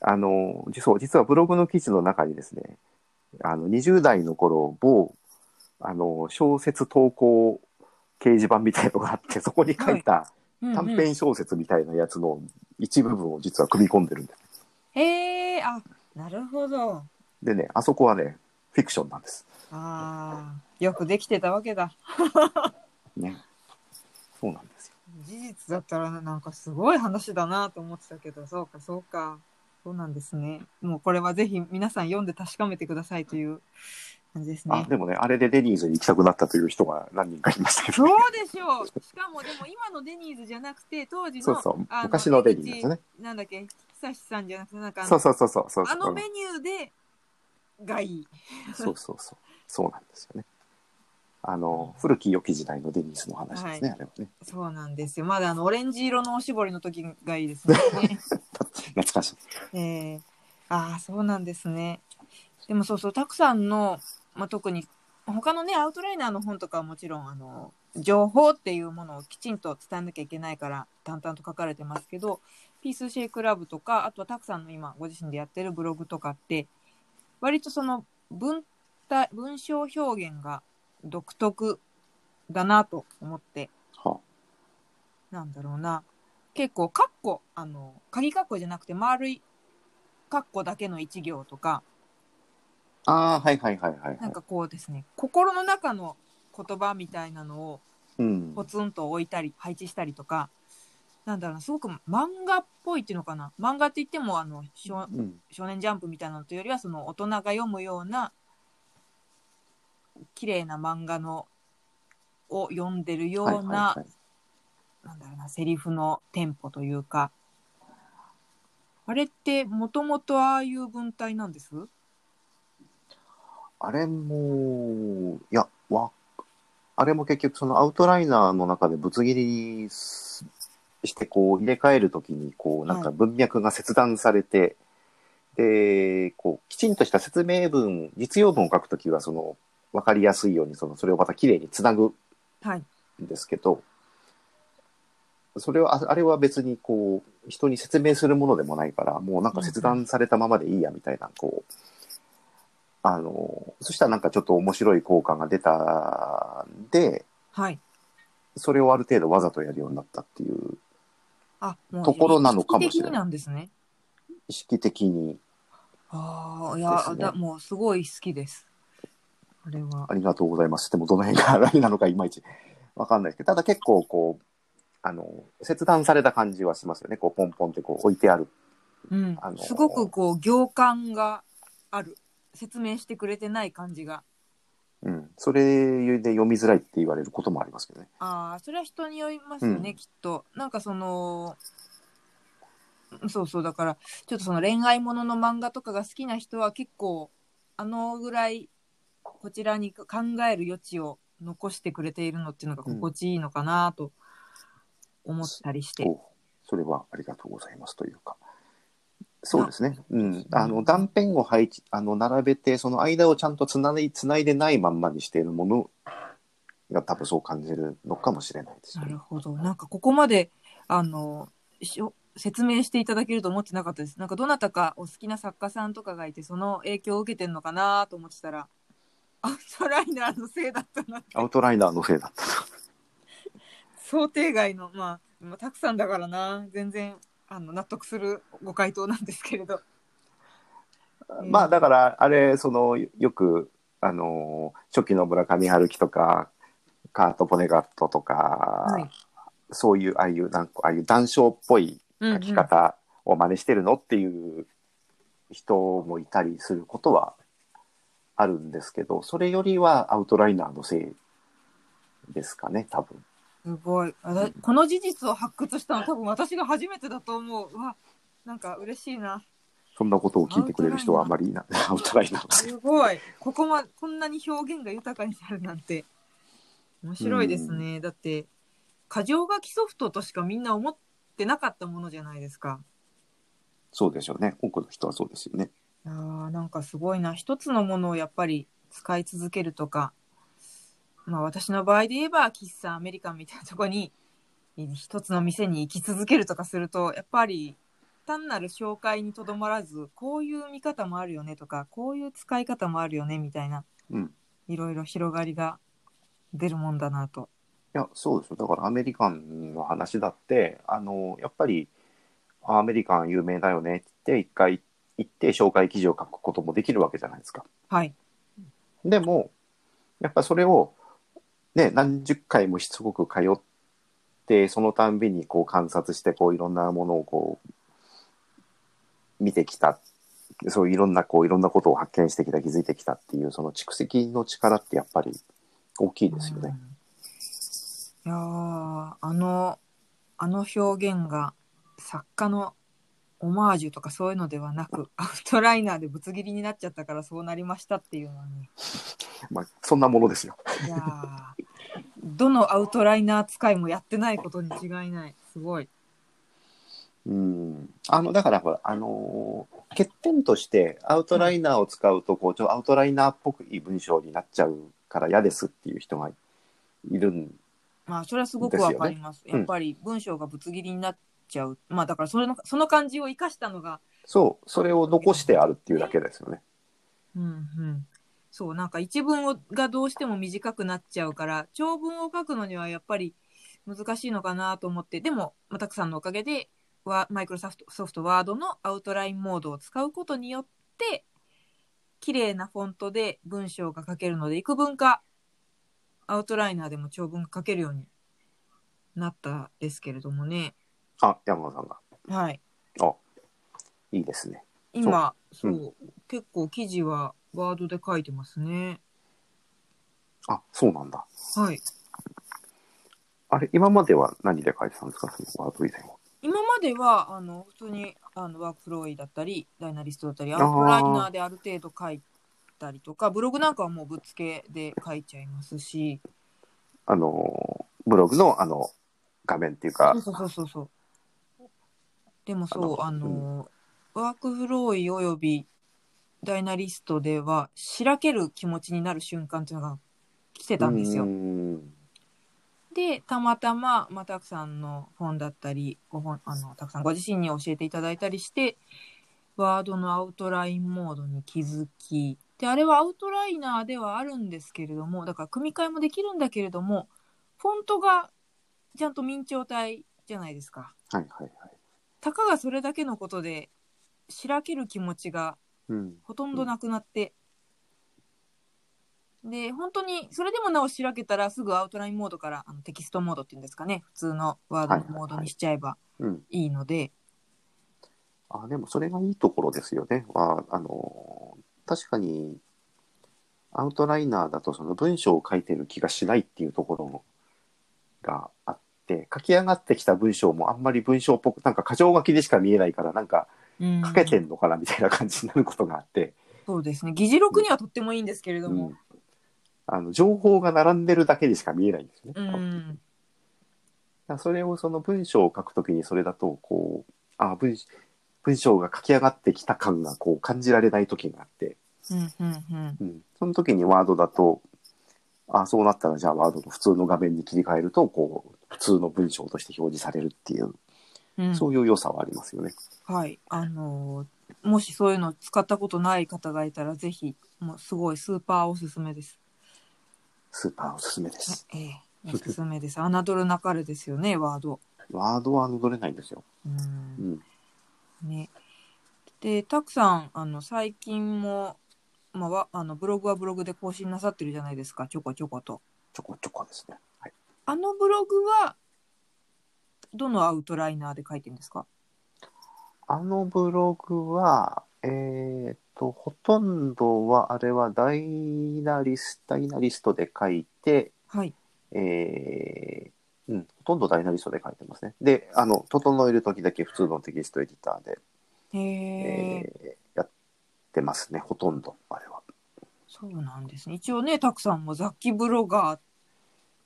あのーそう、実はブログの記事の中にですね、あの、20代の頃、某、あのー小説投稿掲示板みたいのがあって、 そこに書いた短
うんうん
編小説みたいなやつの一部分を実は組み込んでるんです。
へー、あ、なるほど。
でね、あそこはね、フィクションなんです。
あー、よくできてたわけだ。
ね。そうなんですよ。
事実だったらなんかすごい話だなと思ってたけどそうかそうかそうなんですねもうこれはぜひ皆さん読んで確かめてくださいという感じです
あ
ね
でもね、あれでデニーズに行きたくなったという人が何人かいましたけ
そ
ど、
う
ね、
でしょうしかもでも今のデニーズじゃなくて当時の
そうそう
あ、の
昔のデニーズですね。
なんだっけ久志さんじゃなくてなんかあの
そうそうそうそうそう
あ
そ
の
う
メニューでがいい
そうそう そう、そうなんですよね。あの、古き良き時代のデニーズの話ですね、あれはね。
そうなんですよまだあのオレンジ色のおしぼりの時がいいですね
懐かしい。
えー、ああそうなんですね。でもそうそうたくさんの、まあ、特に他のねアウトライナーの本とかはもちろんあの情報っていうものをきちんと伝えなきゃいけないから淡々と書かれてますけどピースシェイクラブとかあとはたくさんの今ご自身でやってるブログとかって割とその文体文章表現が独特だなと思って
は
なんだろうな。結構、カッコ、あの、鍵カッコじゃなくて丸いカッコだけの一行とか、
あ、ああ、はいはいはいはい、は
ないん。かこうですね、心の中の言葉みたいなのを
うん
ポ。ツンと置いたり、配置したりとか、なんだろうな、すごく漫画っぽいっていうのかな。漫画って言っても、あの、少
うん、
少年ジャンプみたいなのというよりは、その大人が読むような、綺麗な漫画の、を読んでるよ
はいうはい
な
はい。
なんだろうな、セリフのテンポというか、あれってもともとああいう文体なんです
あれも、いや、わ、あれも結局そのアウトライナーの中でぶつ切りにすしてこう入れ替えるときにこうなんか文脈が切断されて、で、こうきちんとした説明文、実用文を書くときはそのわかりやすいようにそのそれをまた綺麗につなぐ
はい。
んですけど、それは、ああれは別にこう、人に説明するものでもないから、もうなんか切断されたままでいいやみたいな、こう、あの、そしたらなんかちょっと面白い効果が出たんで、
はい。
それをある程度わざとやるようになったっていう、
あ、もう
ところなのかもしれ
意識的に
ない
なんですね。
意識的に
ああ、い
で
や、
すね
だもうすごい好きです。あれは
あ。りがとうございます。でもどの辺が何なのかいまいち わかんないですけど、ただ結構こう、あの、切断された感じはしますよね。こう、ポンポンってこう置いてある。
うん
あの。ー
すごくこう、行間がある。説明してくれてない感じが。
うん。それで読みづらいって言われることもありますけどね。
ああ、それは人によりますよね、
うん
きっと。なんかその、そうそう、だから、ちょっとその恋愛ものの漫画とかが好きな人は結構、あのぐらい、こちらに考える余地を残してくれているのっていうのが心地いいのかなと思ったりして。
おそれはありがとうございますというか。そうですね。うん。あの、断片を配置、あの、並べて、その間をちゃんとつない、つないでないまんまにしているものが多分そう感じるのかもしれないです
な
よね
る。ほど。なんかここまで、あの、しょ説明していただけると思ってなかったです。なんかどなたかお好きな作家さんとかがいて、その影響を受けてるのかなと思ってたら、 アウトライナーのせいだったな。
アウトライナーのせいだった。
想定外の、まあ、まあ、たくさんだからな。全然、あの、納得するご回答なんですけれど。うん
まあ、だから、あれ、その、よく、あの、初期の村上春樹とか、カート・ポネガットとか、
はい。
そういう、ああいう、なんか、ああいう談笑っぽい
うん、う
書
ん。
き方を真似してるのっていう人もいたりすることはあるんですけど、それよりはアウトライナーのせいですかね、多分。
すごい。あだこの事実を発掘したの多分私が初めてだと思う。うわ、なんか嬉しいな。
そんなことを聞いてくれる人はあまりいない。アウトライナーのせい。
すごい。ここま、こんなに表現が豊かになるなんて。面白いですね。だって、過剰書きソフトとしかみんな思ってなかったものじゃないですか。
そうでしょうね。多くの人はそうですよね。
いやーなんかすごいな。一つのものをやっぱり使い続けるとか、まあ私の場合で言えば、喫茶アメリカンみたいなとこに、え一つの店に行き続けるとかすると、やっぱり単なる紹介にとどまらず、こういう見方もあるよねとか、こういう使い方もあるよねみたいな、
うん。い
いろいろ広がりが出るもんだなと。
や、そうですよ。だからアメリカンの話だって、あの、やっぱり、あアメリカン有名だよねって一回行って紹介記事を書くこともできるわけじゃないですか。
はい。
でも、やっぱそれを、ね、何十回もしつこく通って、そのたんびにこう観察して、こういろんなものをこう、見てきた。そういろんな、こういろんなことを発見してきた、気づいてきたっていう、その蓄積の力ってやっぱり大きいですよね。
うんいやーあのあの表現が作家のオマージュとかそういうのではなく アウトライナーでぶつ切りになっちゃったからそうなりましたっていうのはね
まあ、そんなものですよ。
いやーどのアウトライナー使いもやってないことに違いないすごい
うん。あの、だからほら、あのー欠点としてアウトライナーを使うと、こう、ちょっとアウトライナーっぽくいい文章になっちゃうから嫌ですっていう人がいるん
まあそれはすごくわかります
よねうん
やっぱり文章がぶつ切りになっちゃう、まあだからそれのその感じを生かしたのが
そう、それを残してあるっていうだけですよね。
うんうん、そうなんか一文をがどうしても短くなっちゃうから長文を書くのにはやっぱり難しいのかなと思ってでもまあたくさんのおかげでワマイクロソフトソフトワードのアウトラインモードを使うことによって綺麗なフォントで文章が書けるので幾分かアウトライナーでも長文が書けるようになったですけれどもね
あ、山田さんが。
はい
あ、いいですね。
今そうう、結構記事はワードで書いてますね
あ、そうなんだ。
はい
あれ、今までは何で書いてたんですかそのワード以前は。
今まではあの普通にあのワークフローイだったりダイナリストだったりア
あ
ウ
ー
トライナーである程度書いたりとかブログなんかはもうぶっつけで書いちゃいますし
あのー、ブログの、あの、画面っていうか
そう、そうそうそうそうでもそうあ
あの
の、ワークフローイおよびダイナリストではしらける気持ちになる瞬間っていうのが来てたんですよ
うーん
でたまたま、まあ、たくさんの本だったりご本あのたくさんご自身に教えていただいたりしてワードのアウトラインモードに気づきであれはアウトライナーではあるんですけれどもだから組み替えもできるんだけれどもフォントがちゃんと明朝体じゃないですか
はいはいはい。
たかがそれだけのことでしらける気持ちが
うん。
ほとんどなくなって、で本当にそれでもなおしらけたらすぐアウトラインモードからあのテキストモードっていうんですかね普通のワードのモードにしちゃえば
うん。
いいので、
あ、でもそれがいいところですよね。は、あのー、確かに、アウトライナーだとその文章を書いてる気がしないっていうところがあって書き上がってきた文章もあんまり文章っぽくなんか箇条書きでしか見えないからなんか
うん
書けてんのかなみたいな感じになることがあって、
そうですね。議事録にはとってもいいんですけれど
う
も。
ん、あの情報が並んでるだけでしか見えないんですね。
うん。うん
だからそれをその文章を書くときにそれだとこうあ文文章が書き上がってきた感がこう感じられないときがあって、
うんうん
うん、その時にワードだとあそうなったらじゃあワードの普通の画面に切り替えるとこう普通の文章として表示されるっていう、
うん
そういう良さはありますよね。
はい。あのーもしそういうの使ったことない方がいたら、ぜひ、もうすごいスーパーおすすめです。
スーパーおすすめです。
ええ、おすすめです。侮るなかれですよね、ワード。
ワードは戻れないんですよ。
う。
うんん、
ね。で、たくさん、あの、最近も、まあわ、あのブログはブログで更新なさってるじゃないですか、ちょこちょこと。
ちょこちょこですね。はい、
あのブログは、どのアウトライナーで書いてるんですか
あのブログは、えーっと、ほとんどはあれはダイナリスト、ダイナリストで書いて、
はい。
えーうん、ほとんどダイナリストで書いてますね。で、あの、整える時だけ普通のテキストエディターで
へえ
えーやってますね、ほとんど、あれは。
そうなんですね。一応ね、たくさんも雑記ブロガー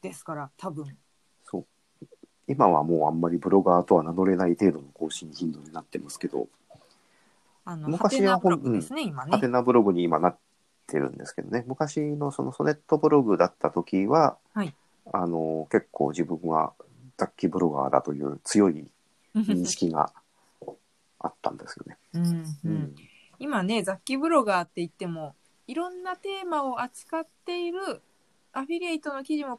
ですから、多分。
そう。今はもうあんまりブロガーとは名乗れない程度の更新頻度になってますけど、
あの、ハテ
昔は
ナブログですね、今
ハテ
ね。
ナブログに今なってるんですけどね、昔のそのソネットブログだった時は、
はい
あの、結構自分は雑記ブロガーだという強い認識があったんですよね。
うんうん、今ね、雑記ブロガーって言っても、いろんなテーマを扱っている、アフィリエイトの記事も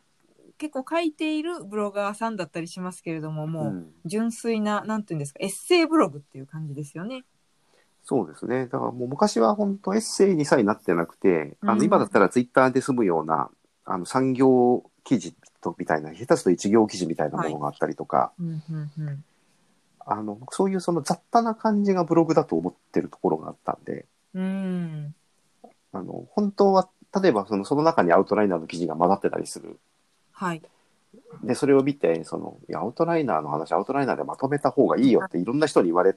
結構書いているブロガーさんだったりしますけれども、
う
もう、
ん
純粋な、なんていうんですか、エッセイブログっていう感じですよね。
そうですね。だからもう昔は本当エッセイにさえなってなくて、あ
う
の
ん
今だったらツイッターで済むような、あの産業記事とみたいな、下手すると一行記事みたいなものがあったりとか、
うんうんうん
あの、そういうその雑多な感じがブログだと思ってるところがあったんで、
うん。
あの、本当は、例えばそのその中にアウトライナーの記事が混ざってたりする。
はい。
で、それを見て、その、いや、アウトライナーの話、アウトライナーでまとめた方がいいよっていろんな人に言われ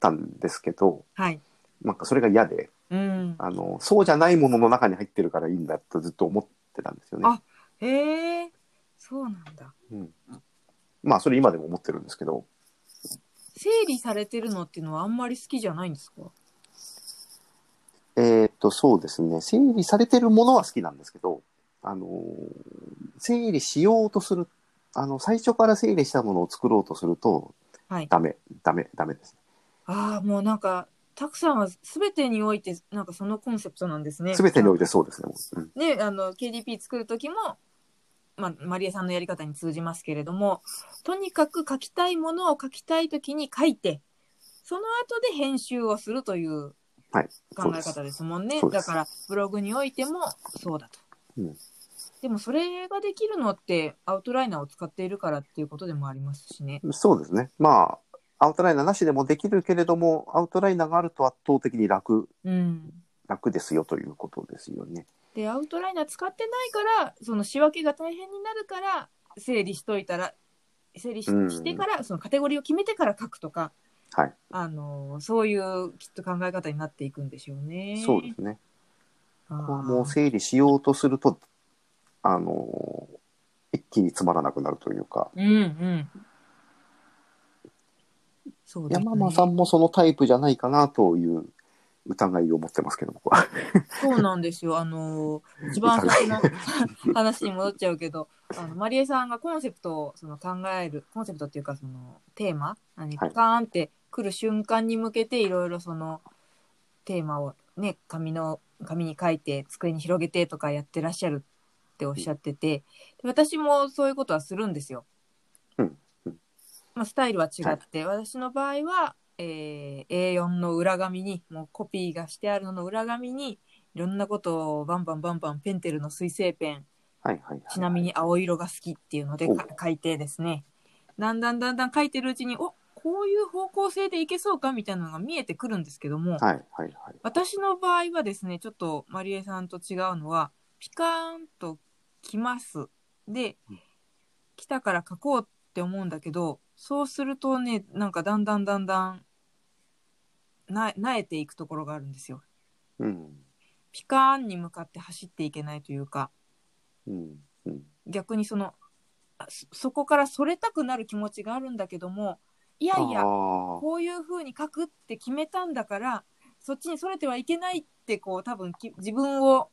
たんですけど、
はい。
なんかそれが嫌で、
うん。
あの、そうじゃないものの中に入ってるからいいんだとずっと思ってたんですよね。
あへえ、そうなんだ。
うん、まあ、それ今でも思ってるんですけど、
整理されてるのっていうのはあんまり好きじゃないんですか
えーっと、そうですね。整理されてるものは好きなんですけど、あのー整理しようとする、あの、最初から整理したものを作ろうとすると、
はい
ダメ、ダメ、ダメです
ああもうなんかたくさんは全てにおいてなんかそのコンセプトなんですね。
ね。すべてにおい
て。
てそうですね。もううん、
ねあの KDP 作る時も、まあ、マリエさんのやり方に通じますけれどもとにかく書きたいものを書きたい時に書いてその後で編集をするという
はい
考え方ですもんね。
そうで
だ
す
からブログにおいてもそうだと。
うん
でもそれができるのってアウトライナーを使っているからっていうことでもありますしね。
そうですね。まあ、アウトライナーなしでもできるけれども、アウトライナーがあると圧倒的に楽、
うん
楽ですよということですよね。
でアウトライナー使ってないからその仕分けが大変になるから整理しといたら整理し
うん
してからそのカテゴリーを決めてから書くとか、
はい
あのそういうきっと考え方になっていくんでしょうね。
そうですね。
あー
ここはもう整理しようとすると、あのー一気につまらなくなるというか、
うんうん。そうですね
山間さんもそのタイプじゃないかなという疑いを持ってますけど、僕は。
そうなんですよ。あのー、一番最初の 話に戻っちゃうけど、あの、マリエさんがコンセプトをその考える、コンセプトっていうかそのテーマ、何
は
か
い
ーンって来る瞬間に向けていろいろそのテーマをね、紙の、紙に書いて机に広げてとかやってらっしゃるっておっしゃってて、で私もそういうことはするんですよ。
うんうん
まあ、スタイルは違って、私の場合は、えー A4 の裏紙に、もうコピーがしてあるのの裏紙に、いろんなことをバンバンバンバンペンテルの水性ペン、
はいはいはい。
ちなみに。青色が好きっていうので
お
か書いてですね、だんだんだんだん書いてるうちに、おこういう方向性でいけそうかみたいなのが見えてくるんですけども、
はいはいはい。
私の場合はですね、ちょっとマリエさんと違うのは、ピカーンと来ます。で
うん、
来たから書こうって思うんだけど、そうするとね、なんかだんだんだんだん、な、なえていくところがあるんですよ。
うん。
ピカーンに向かって走っていけないというか、
うん。うん。
逆にその、あそそこからそれたくなる気持ちがあるんだけども、いやいや
あ、ー
こういう風に書くって決めたんだから、そっちにそれてはいけないって、こう、多分き自分を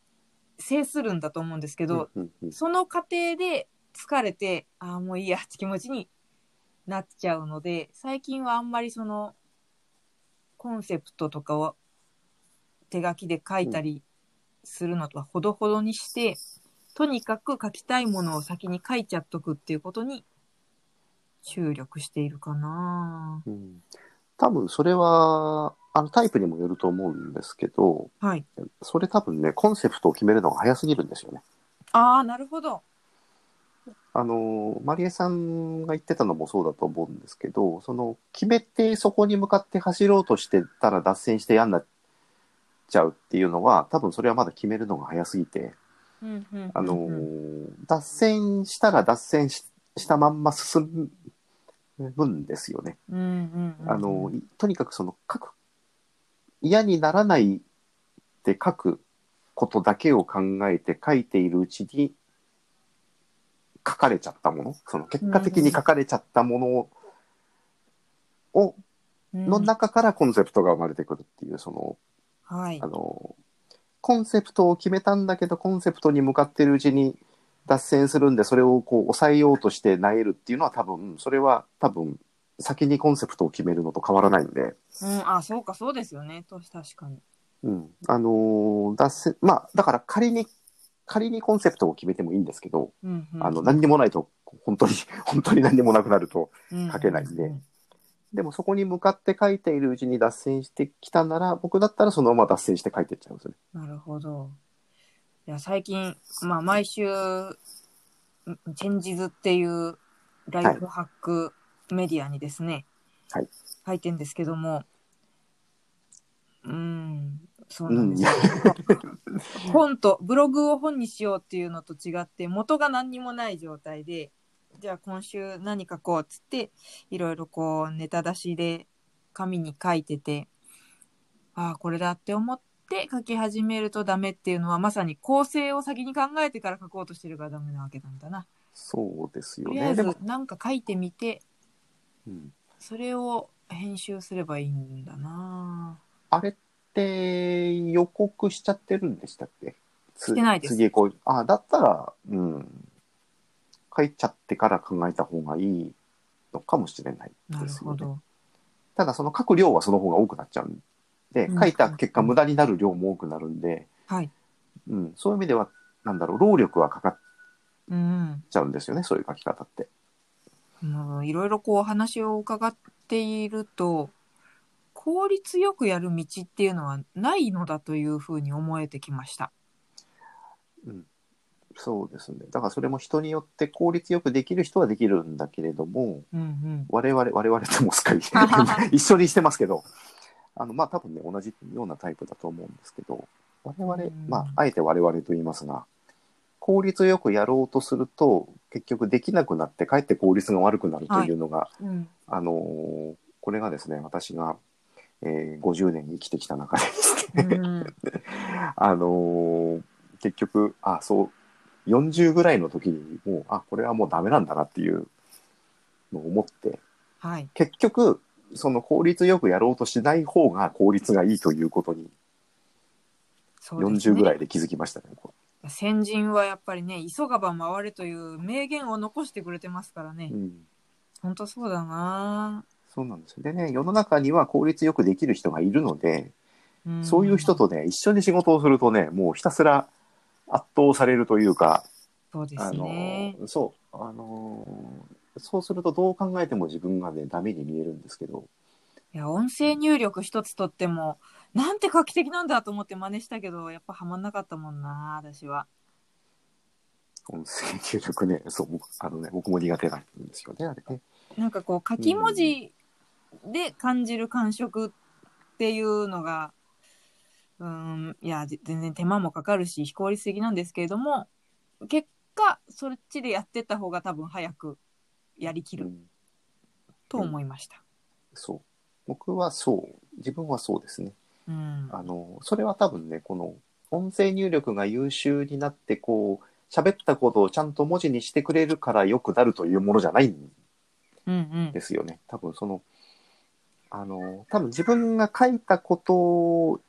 制するんだと思うんですけど、
うんうんうん
その過程で疲れて、ああ、もういいやって気持ちになっちゃうので、最近はあんまりその、コンセプトとかを手書きで書いたりするのとはほどほどにして、とにかく書きたいものを先に書いちゃっとくっていうことに注力しているかな
うん多分それは、あのタイプにもよると思うんですけど、
はい。
それ多分ね、コンセプトを決めるのが早すぎるんですよね。
ああ、なるほど。
あの、マリエさんが言ってたのもそうだと思うんですけど、その、決めてそこに向かって走ろうとしてたら脱線して嫌になっちゃうっていうのは、多分それはまだ決めるのが早すぎて、
うんうんうんうん
あの、脱線したら脱線ししたまんま進むんですよね。
うんうんうん、
あの、いとにかくその書く、嫌にならないって書くことだけを考えて書いているうちに、書かれちゃったもの、その結果的に書かれちゃったものを、をの中からコンセプトが生まれてくるっていう、その、
うん、はい
あ。の、コンセプトを決めたんだけど、コンセプトに向かってるうちに脱線するんで、それをこう抑えようとして萎えるっていうのは多分、それは多分、先にコンセプトを決めるのと変わらないんで、
うん、あ、そうか、そうですよね。と確かに。
うん、あのー脱線まあだから仮に仮にコンセプトを決めてもいいんですけど、
うんうん、
あの何にもないと本当に 本当に何にもなくなると
書
書けないんででもそこに向かって書いているうちに脱線してきたなら僕だったらそのまま脱線して書いていっちゃうんですよね。
なるほど。いや、最近、まあ、毎週、んチェンジズっていうライフハックメディアにですね、
はい
書いてんですけども、うーん、そう
う
なん
ん、
で
い
す
や
よ、 本と、ブログを本にしようっていうのと違って、元が何にもない状態で、じゃあ今週何書こうっつって、いろいろこうネタ出しで紙に書いてて、ああ、これだって思って書き始めるとダメっていうのは、まさに構成を先に考えてから書こうとしてるからダメなわけなんだな。
そうですよ
とりあえ
ね。
ず
でも、
なんか書いてみて、
うん
それを編集すればいいんだな
あれって予告しちゃってるんでしたっけつ
してないです
次こうあだったら、うん、書いちゃってから考えた方がいいのかもしれない
な
で
る
す
ほ
よね。
ど。
ただその書く量はその方が多くなっちゃうんで
うん、
書いた結果無駄になる量も多くなるんで、
はい。
うん、そういう意味では、なんだろう、労力はかかっ
うん。
ちゃうんですよね、そういう書き方って。
もういろいろこうお話を伺っていると効率よくやる道っていうのはないのだというふうに思えてきました。
そうですね。だからそれも人によって効率よくできる人はできるんだけれども、
うん
我々、我々ともすっか り一緒にしてますけど、あの、まあ多分ね、同じようなタイプだと思うんですけど、我々
う、ん
まあ、あえて我々と言いますが、効率よくやろうとすると、結局できなくなって、かえって効率が悪くなるというのが、
うん。うん、
あのーこれがですね、私が、えー50年生きてきた中でです
う
ね、
ん、
あのー結局、あ、そう、40ぐらいの時に、もう、あ、これはもうダメなんだなっていうのを思って、
はい。
結局、その効率よくやろうとしない方が効率がいいということに、
そうです
40
ね
ぐらいで気づきましたね。こ
先人はやっぱりね急がば回れという名言を残してくれてますからね
う。うん
本当そうだな、
そうなんですよ。でね、世の中には効率よくできる人がいるので、
ん
そういう人とね、一緒に仕事をするとね、もうひたすら圧倒されるというか、
そうです
あの
ね。
そう、あのーそうするとどう考えても自分がね、ダメに見えるんですけど、
いや音声入力一つとってもなんて画期的なんだと思って真似したけどやっぱハマんなかったもんな私は。
音声入 力ね、そう、僕あのね、僕も苦手なんですよね、あれね。
なんかこう書き文字で感じる感触っていうのが、うん、いや、ぜ全然手間もかかるし、非効率的なんですけれども、結果、そっちでやってった方が多分早くやりき
う
る
ん
と思いました。
そう僕はそう自分はそうですね
うん。
あのそれは多分ねこの音声入力が優秀になってこう喋ったことをちゃんと文字にしてくれるからよくなるというものじゃないん
うんうん
で。すよね多分そのあの多分自分が書いたことを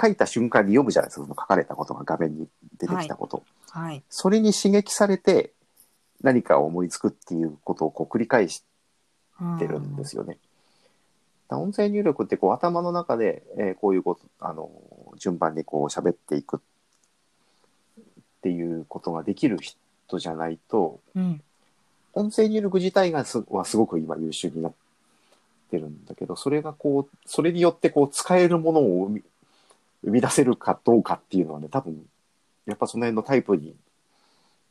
書いた瞬間に読むじゃないですかその書かれたことが画面に出てきたこと、
はい。
それに刺激されて何かを思いつくっていうことをこう繰り返しってるんですよね。だから音声入力ってこう頭の中で、えーこういうことあの順番にこう喋っていくっていうことができる人じゃないと
うん。
音声入力自体がすはすごく今優秀になってるんだけどそれがこうそれによってこう使えるものを生み生み出せるかどうかっていうのはね多分やっぱその辺のタイプに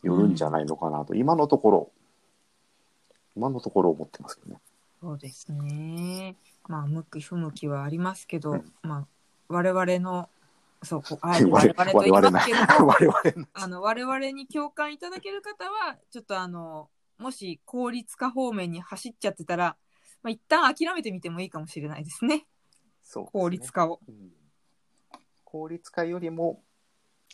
よるんじゃないのかなと、今のところ今のところ思ってますけどね。
そうですね。まあ、向き不向きはありますけど、
うん
まあ、我々の、そう、こう、あえ
我
て
々
我々と言いますけど、
我々の
あの我々に共感いただける方はちょっとあのもし効率化方面に走っちゃってたら、まあ、一旦諦めてみてもいいかもしれないですね
そうですね
効率、化を。
うん効率化よりも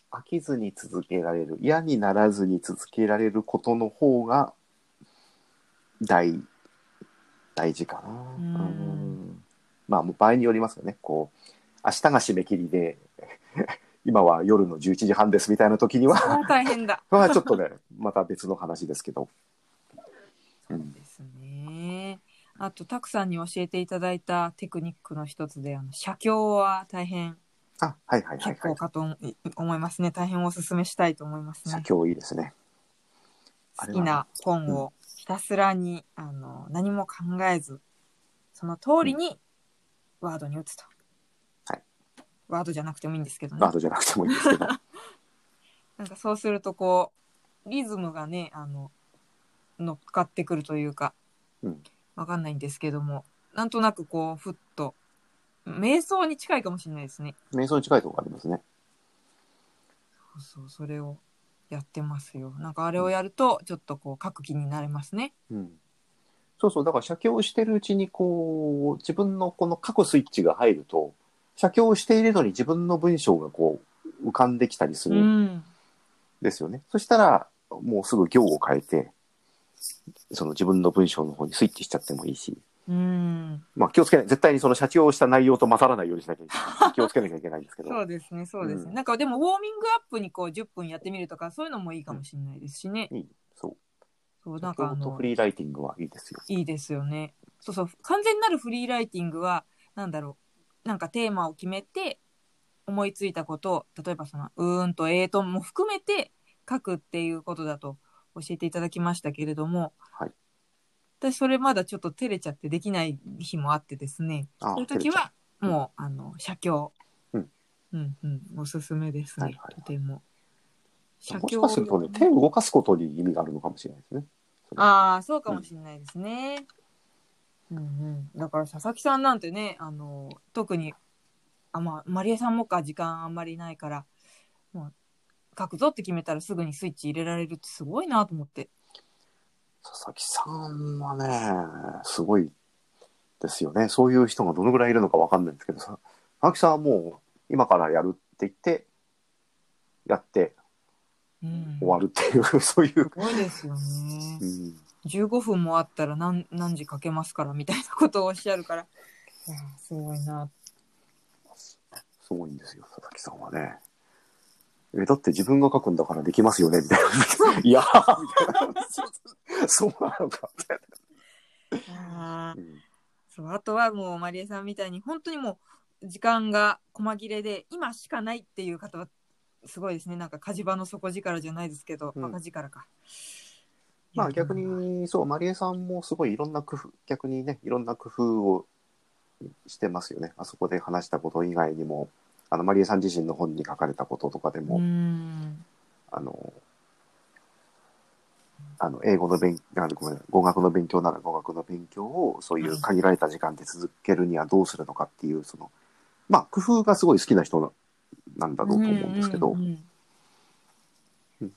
飽きずに続けられる嫌にならずに続けられることの方が大大事かな、
うん
うんまあもう場合によりますよねこう明日が締め切りで 今は夜の11時半ですみたいな時には
ああ大変だ。
まあちょっとねまた別の話ですけど、うん
ですね。あとたくさんに教えていただいたテクニックの一つであの写経は大変
あはいはいはい
結構
はい
かと思い思いますね大変おすすめしたいと思います
写
ね。
経いいですねあ
好
れ
き
はね
な本をひたすらに、あの何も考えずその通りにワードに打つと、
はい
ワードじゃなくてもいいんですけどね
ワードじゃなくてもいいですけど
なんかそうするとこうリズムがねあの乗っかってくるというか
うん
わかんないんですけどもなんとなくこうふっと瞑想に近いかもしれないですね
瞑想に近いところありますね
そうそうそれをやってますよなんかあれをやるとちょっとこう書く気になれますね
うんそうそう、だから写経をしてるうちに、こう、自分のこの書くスイッチが入ると、写経をしているのに自分の文章がこう、浮かんできたりす
う
るん
ん
ですよね。そしたら、もうすぐ行を変えて、その自分の文章の方にスイッチしちゃってもいいし、
うん
まあ気をつけない、絶対にその写経をした内容と勝らないようにしなきゃいけ ない。気をつけなきゃいけないんですけど。
そうですねそうですね、
うん
なんかでもウォーミングアップにこう10分やってみるとかそういうのもいいかもしれないですしね、
いいそう。
そうな
写
んかあ
経と
の
フリーライティングはいいですよ。
いいですよね。そうそう、完全なるフリーライティングは、なんだろう、なんかテーマを決めて、思いついたことを、例えばその、うーんと、えーとも含めて書くっていうことだと教えていただきましたけれども、
はい
私それまだちょっと照れちゃってできない日もあってですね、
ああ
そういう時は、もう、あの、写経。
うん。
うんうん、おすすめですね、
はいはい
と
はい
ても。
照れちゃうもしかするとね、手を動かすことに意味があるのかもしれないですね。それ
ああ、そうかもしれないですね。うんうん。だから佐々木さんなんてね、あの、特に、あ、まあ、マリエさんもか、時間あんまりないから、もう、書くぞって決めたらすぐにスイッチ入れられるってすごいなと思って。
佐々木さんはね、すごいですよね。そういう人がどのぐらいいるのかわかんないんですけどさ、佐々木さんはもう今からやるって言って、やって
うん。
終わるっていう、 そういう
す、ごいですよね
う。ん、
15分もあったら何、何時書けますから、みたいなことをおっしゃるから。いやーすごいな。
すごいんですよ、佐々木さんはね。え、だって自分が書くんだからできますよね、みたいな。いやー、みたいな。そうなのか、みたい
あー
な。うん
そう、あとはもう、マリエさんみたいに、本当にもう、時間が細切れで、今しかないっていう方は、すごいですね。なんか、火事場の底力じゃないですけど、
うん
バカ力か。
まあ逆
うん。
に、そう、マリエさんもすごいいろんな工夫、逆にね、いろんな工夫をしてますよね。あそこで話したこと以外にも、あの、マリエさん自身の本に書かれたこととかでも、
うん。
あの、あの、英語の勉強、あのごめん語学の勉強なら語学の勉強を、そういう限られた時間で続けるにはどうするのかっていう、その、まあ、工夫がすごい好きな人ななんだろうと思うんですけど、
うんうんうん
うん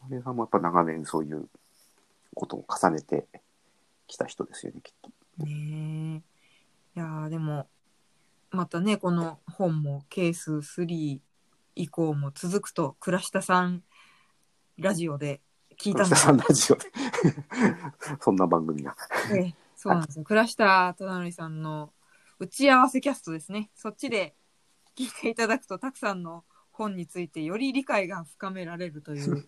それがもうやっぱ長年そういうことを重ねてきた人ですよね、きっと。
ねえ。いやーでも、またね、この本もケース3以降も続くと、倉下さんラジオで聞いた
吉
んで
田さん
す
ラジオで。 そんな番組が。
けど、ええそうなんですよ。倉下忠則さんの打ち合わせキャストですね。そっちで聞いていただくと、たくさんの本についてより理解が深められるという。
はい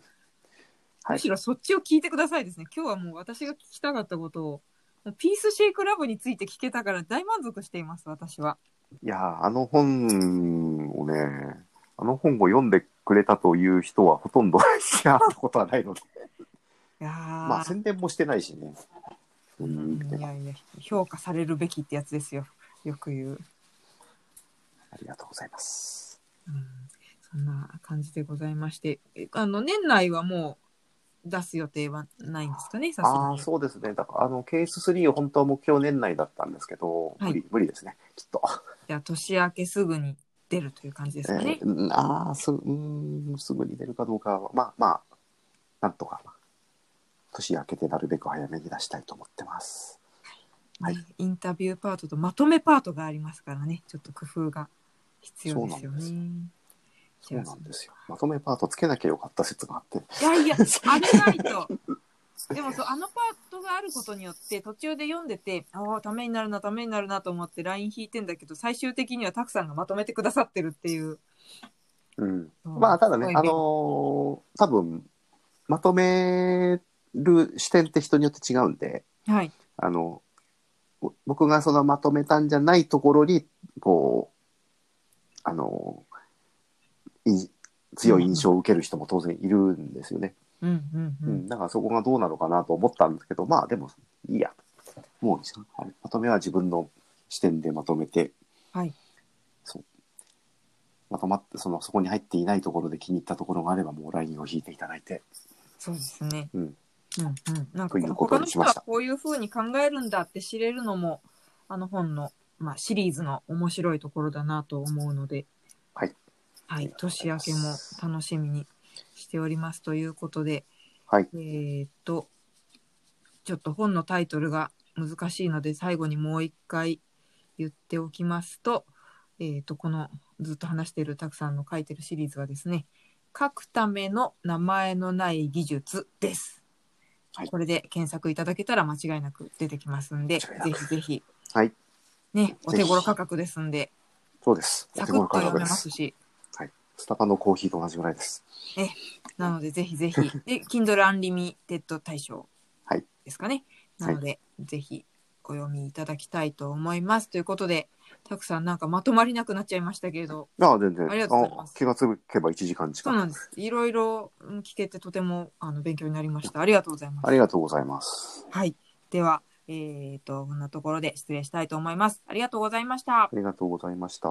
むしろそっちを聞いてくださいですね。今日はもう私が聞きたかったことを、もうピースシェイクラブについて聞けたから大満足しています、私は。
いやーあの本をね、あの本を読んでくれたという人はほとんど 知らなことはないので、
いやー
まあ宣伝もしてないしね。う
うん
ん、
いやいや、評価されるべきってやつですよ。よく言う。
ありがとうございます。
うん、そんな感じでございまして、えあの、年内はもう出す予定はないんですかね、さすが
ああ、
に。
そうですね。だから、あの、ケース3を本当は目標年内だったんですけど、
はい
無理、無理ですね。きっと。
じゃあ、年明けすぐに出るという感じですかね。
えーああ、す、うーん、すぐに出るかどうかは、まあまあ、なんとか、年明けてなるべく早めに出したいと思ってます。はい
ねインタビューパートとまとめパートがありますからね、ちょっと工夫が必要ですよね。
そ
じゃ
うそう
あ
なんですよ。まとめパートつけなきゃよかった説があって。
いやい や、あげないと。でもそう、あのパートがあることによって、途中で読んでて、ああ、ためになるな、ためになるなと思って、ライン引いてんだけど、最終的にはたくさんがまとめてくださってるっていう。
うん。まあ、ただね、あのー、多分、まとめる視点って人によって違うんで、
の、はい。
あの、ぼ僕がそのまとめたんじゃないところに、こう、あの、い強い印象を受ける人も当然いるんですよね。
うんうんう
う、
んん。
だからそこがどうなのかなと思ったんですけど、まあでも、いいや。もう、あれまとめは自分の視点でまとめて、
はい。
そう。まとまって、その、そこに入っていないところで気に入ったところがあれば、もうラインを引いていただいて、
そうですね。
う
う
ん。
んうん。なん
と
か、
いうこ
他の
とにし
人
まし
は
た
こういう風に考えるんだって知れるのも、あの本の、まあ、シリーズの面白いところだなと思うので、
はい。
はい。年明けも楽しみにしておりますということで、
はい。
えーっと、ちょっと本のタイトルが難しいので、最後にもう一回言っておきますと、えーっと、このずっと話しているたくさんの書いてるシリーズはですね、書くための名前のない技術です。
はい
これで検索いただけたら間違いなく出てきますんで、ぜ
間違いなく
ひぜひ、
はい。
ね、お手頃価格ですんで、
そうです。
サクッ
お手頃
と
価
読
格
め
で
ます
す。
し、
スタバのコーヒーと同じぐらいです。
なので、ぜひぜ ひ。で、Kindle Unlimited 大賞
はい
ですかね。なので、ぜひお読みいただきたいと思います。ということで、たくさんなんかまとまりなくなっちゃいましたけれど、
ああ、全然。
ありがとうございます
あ気がつけば1時間
そ
近
う
く。
なんです。いろいろうん聞けてとてもあの勉強になりました。ありがとうございます
あ。りがとうございます。
はい。では、えーと、こんなところで失礼したいと思います。ありがとうございました
あ。りがとうございました。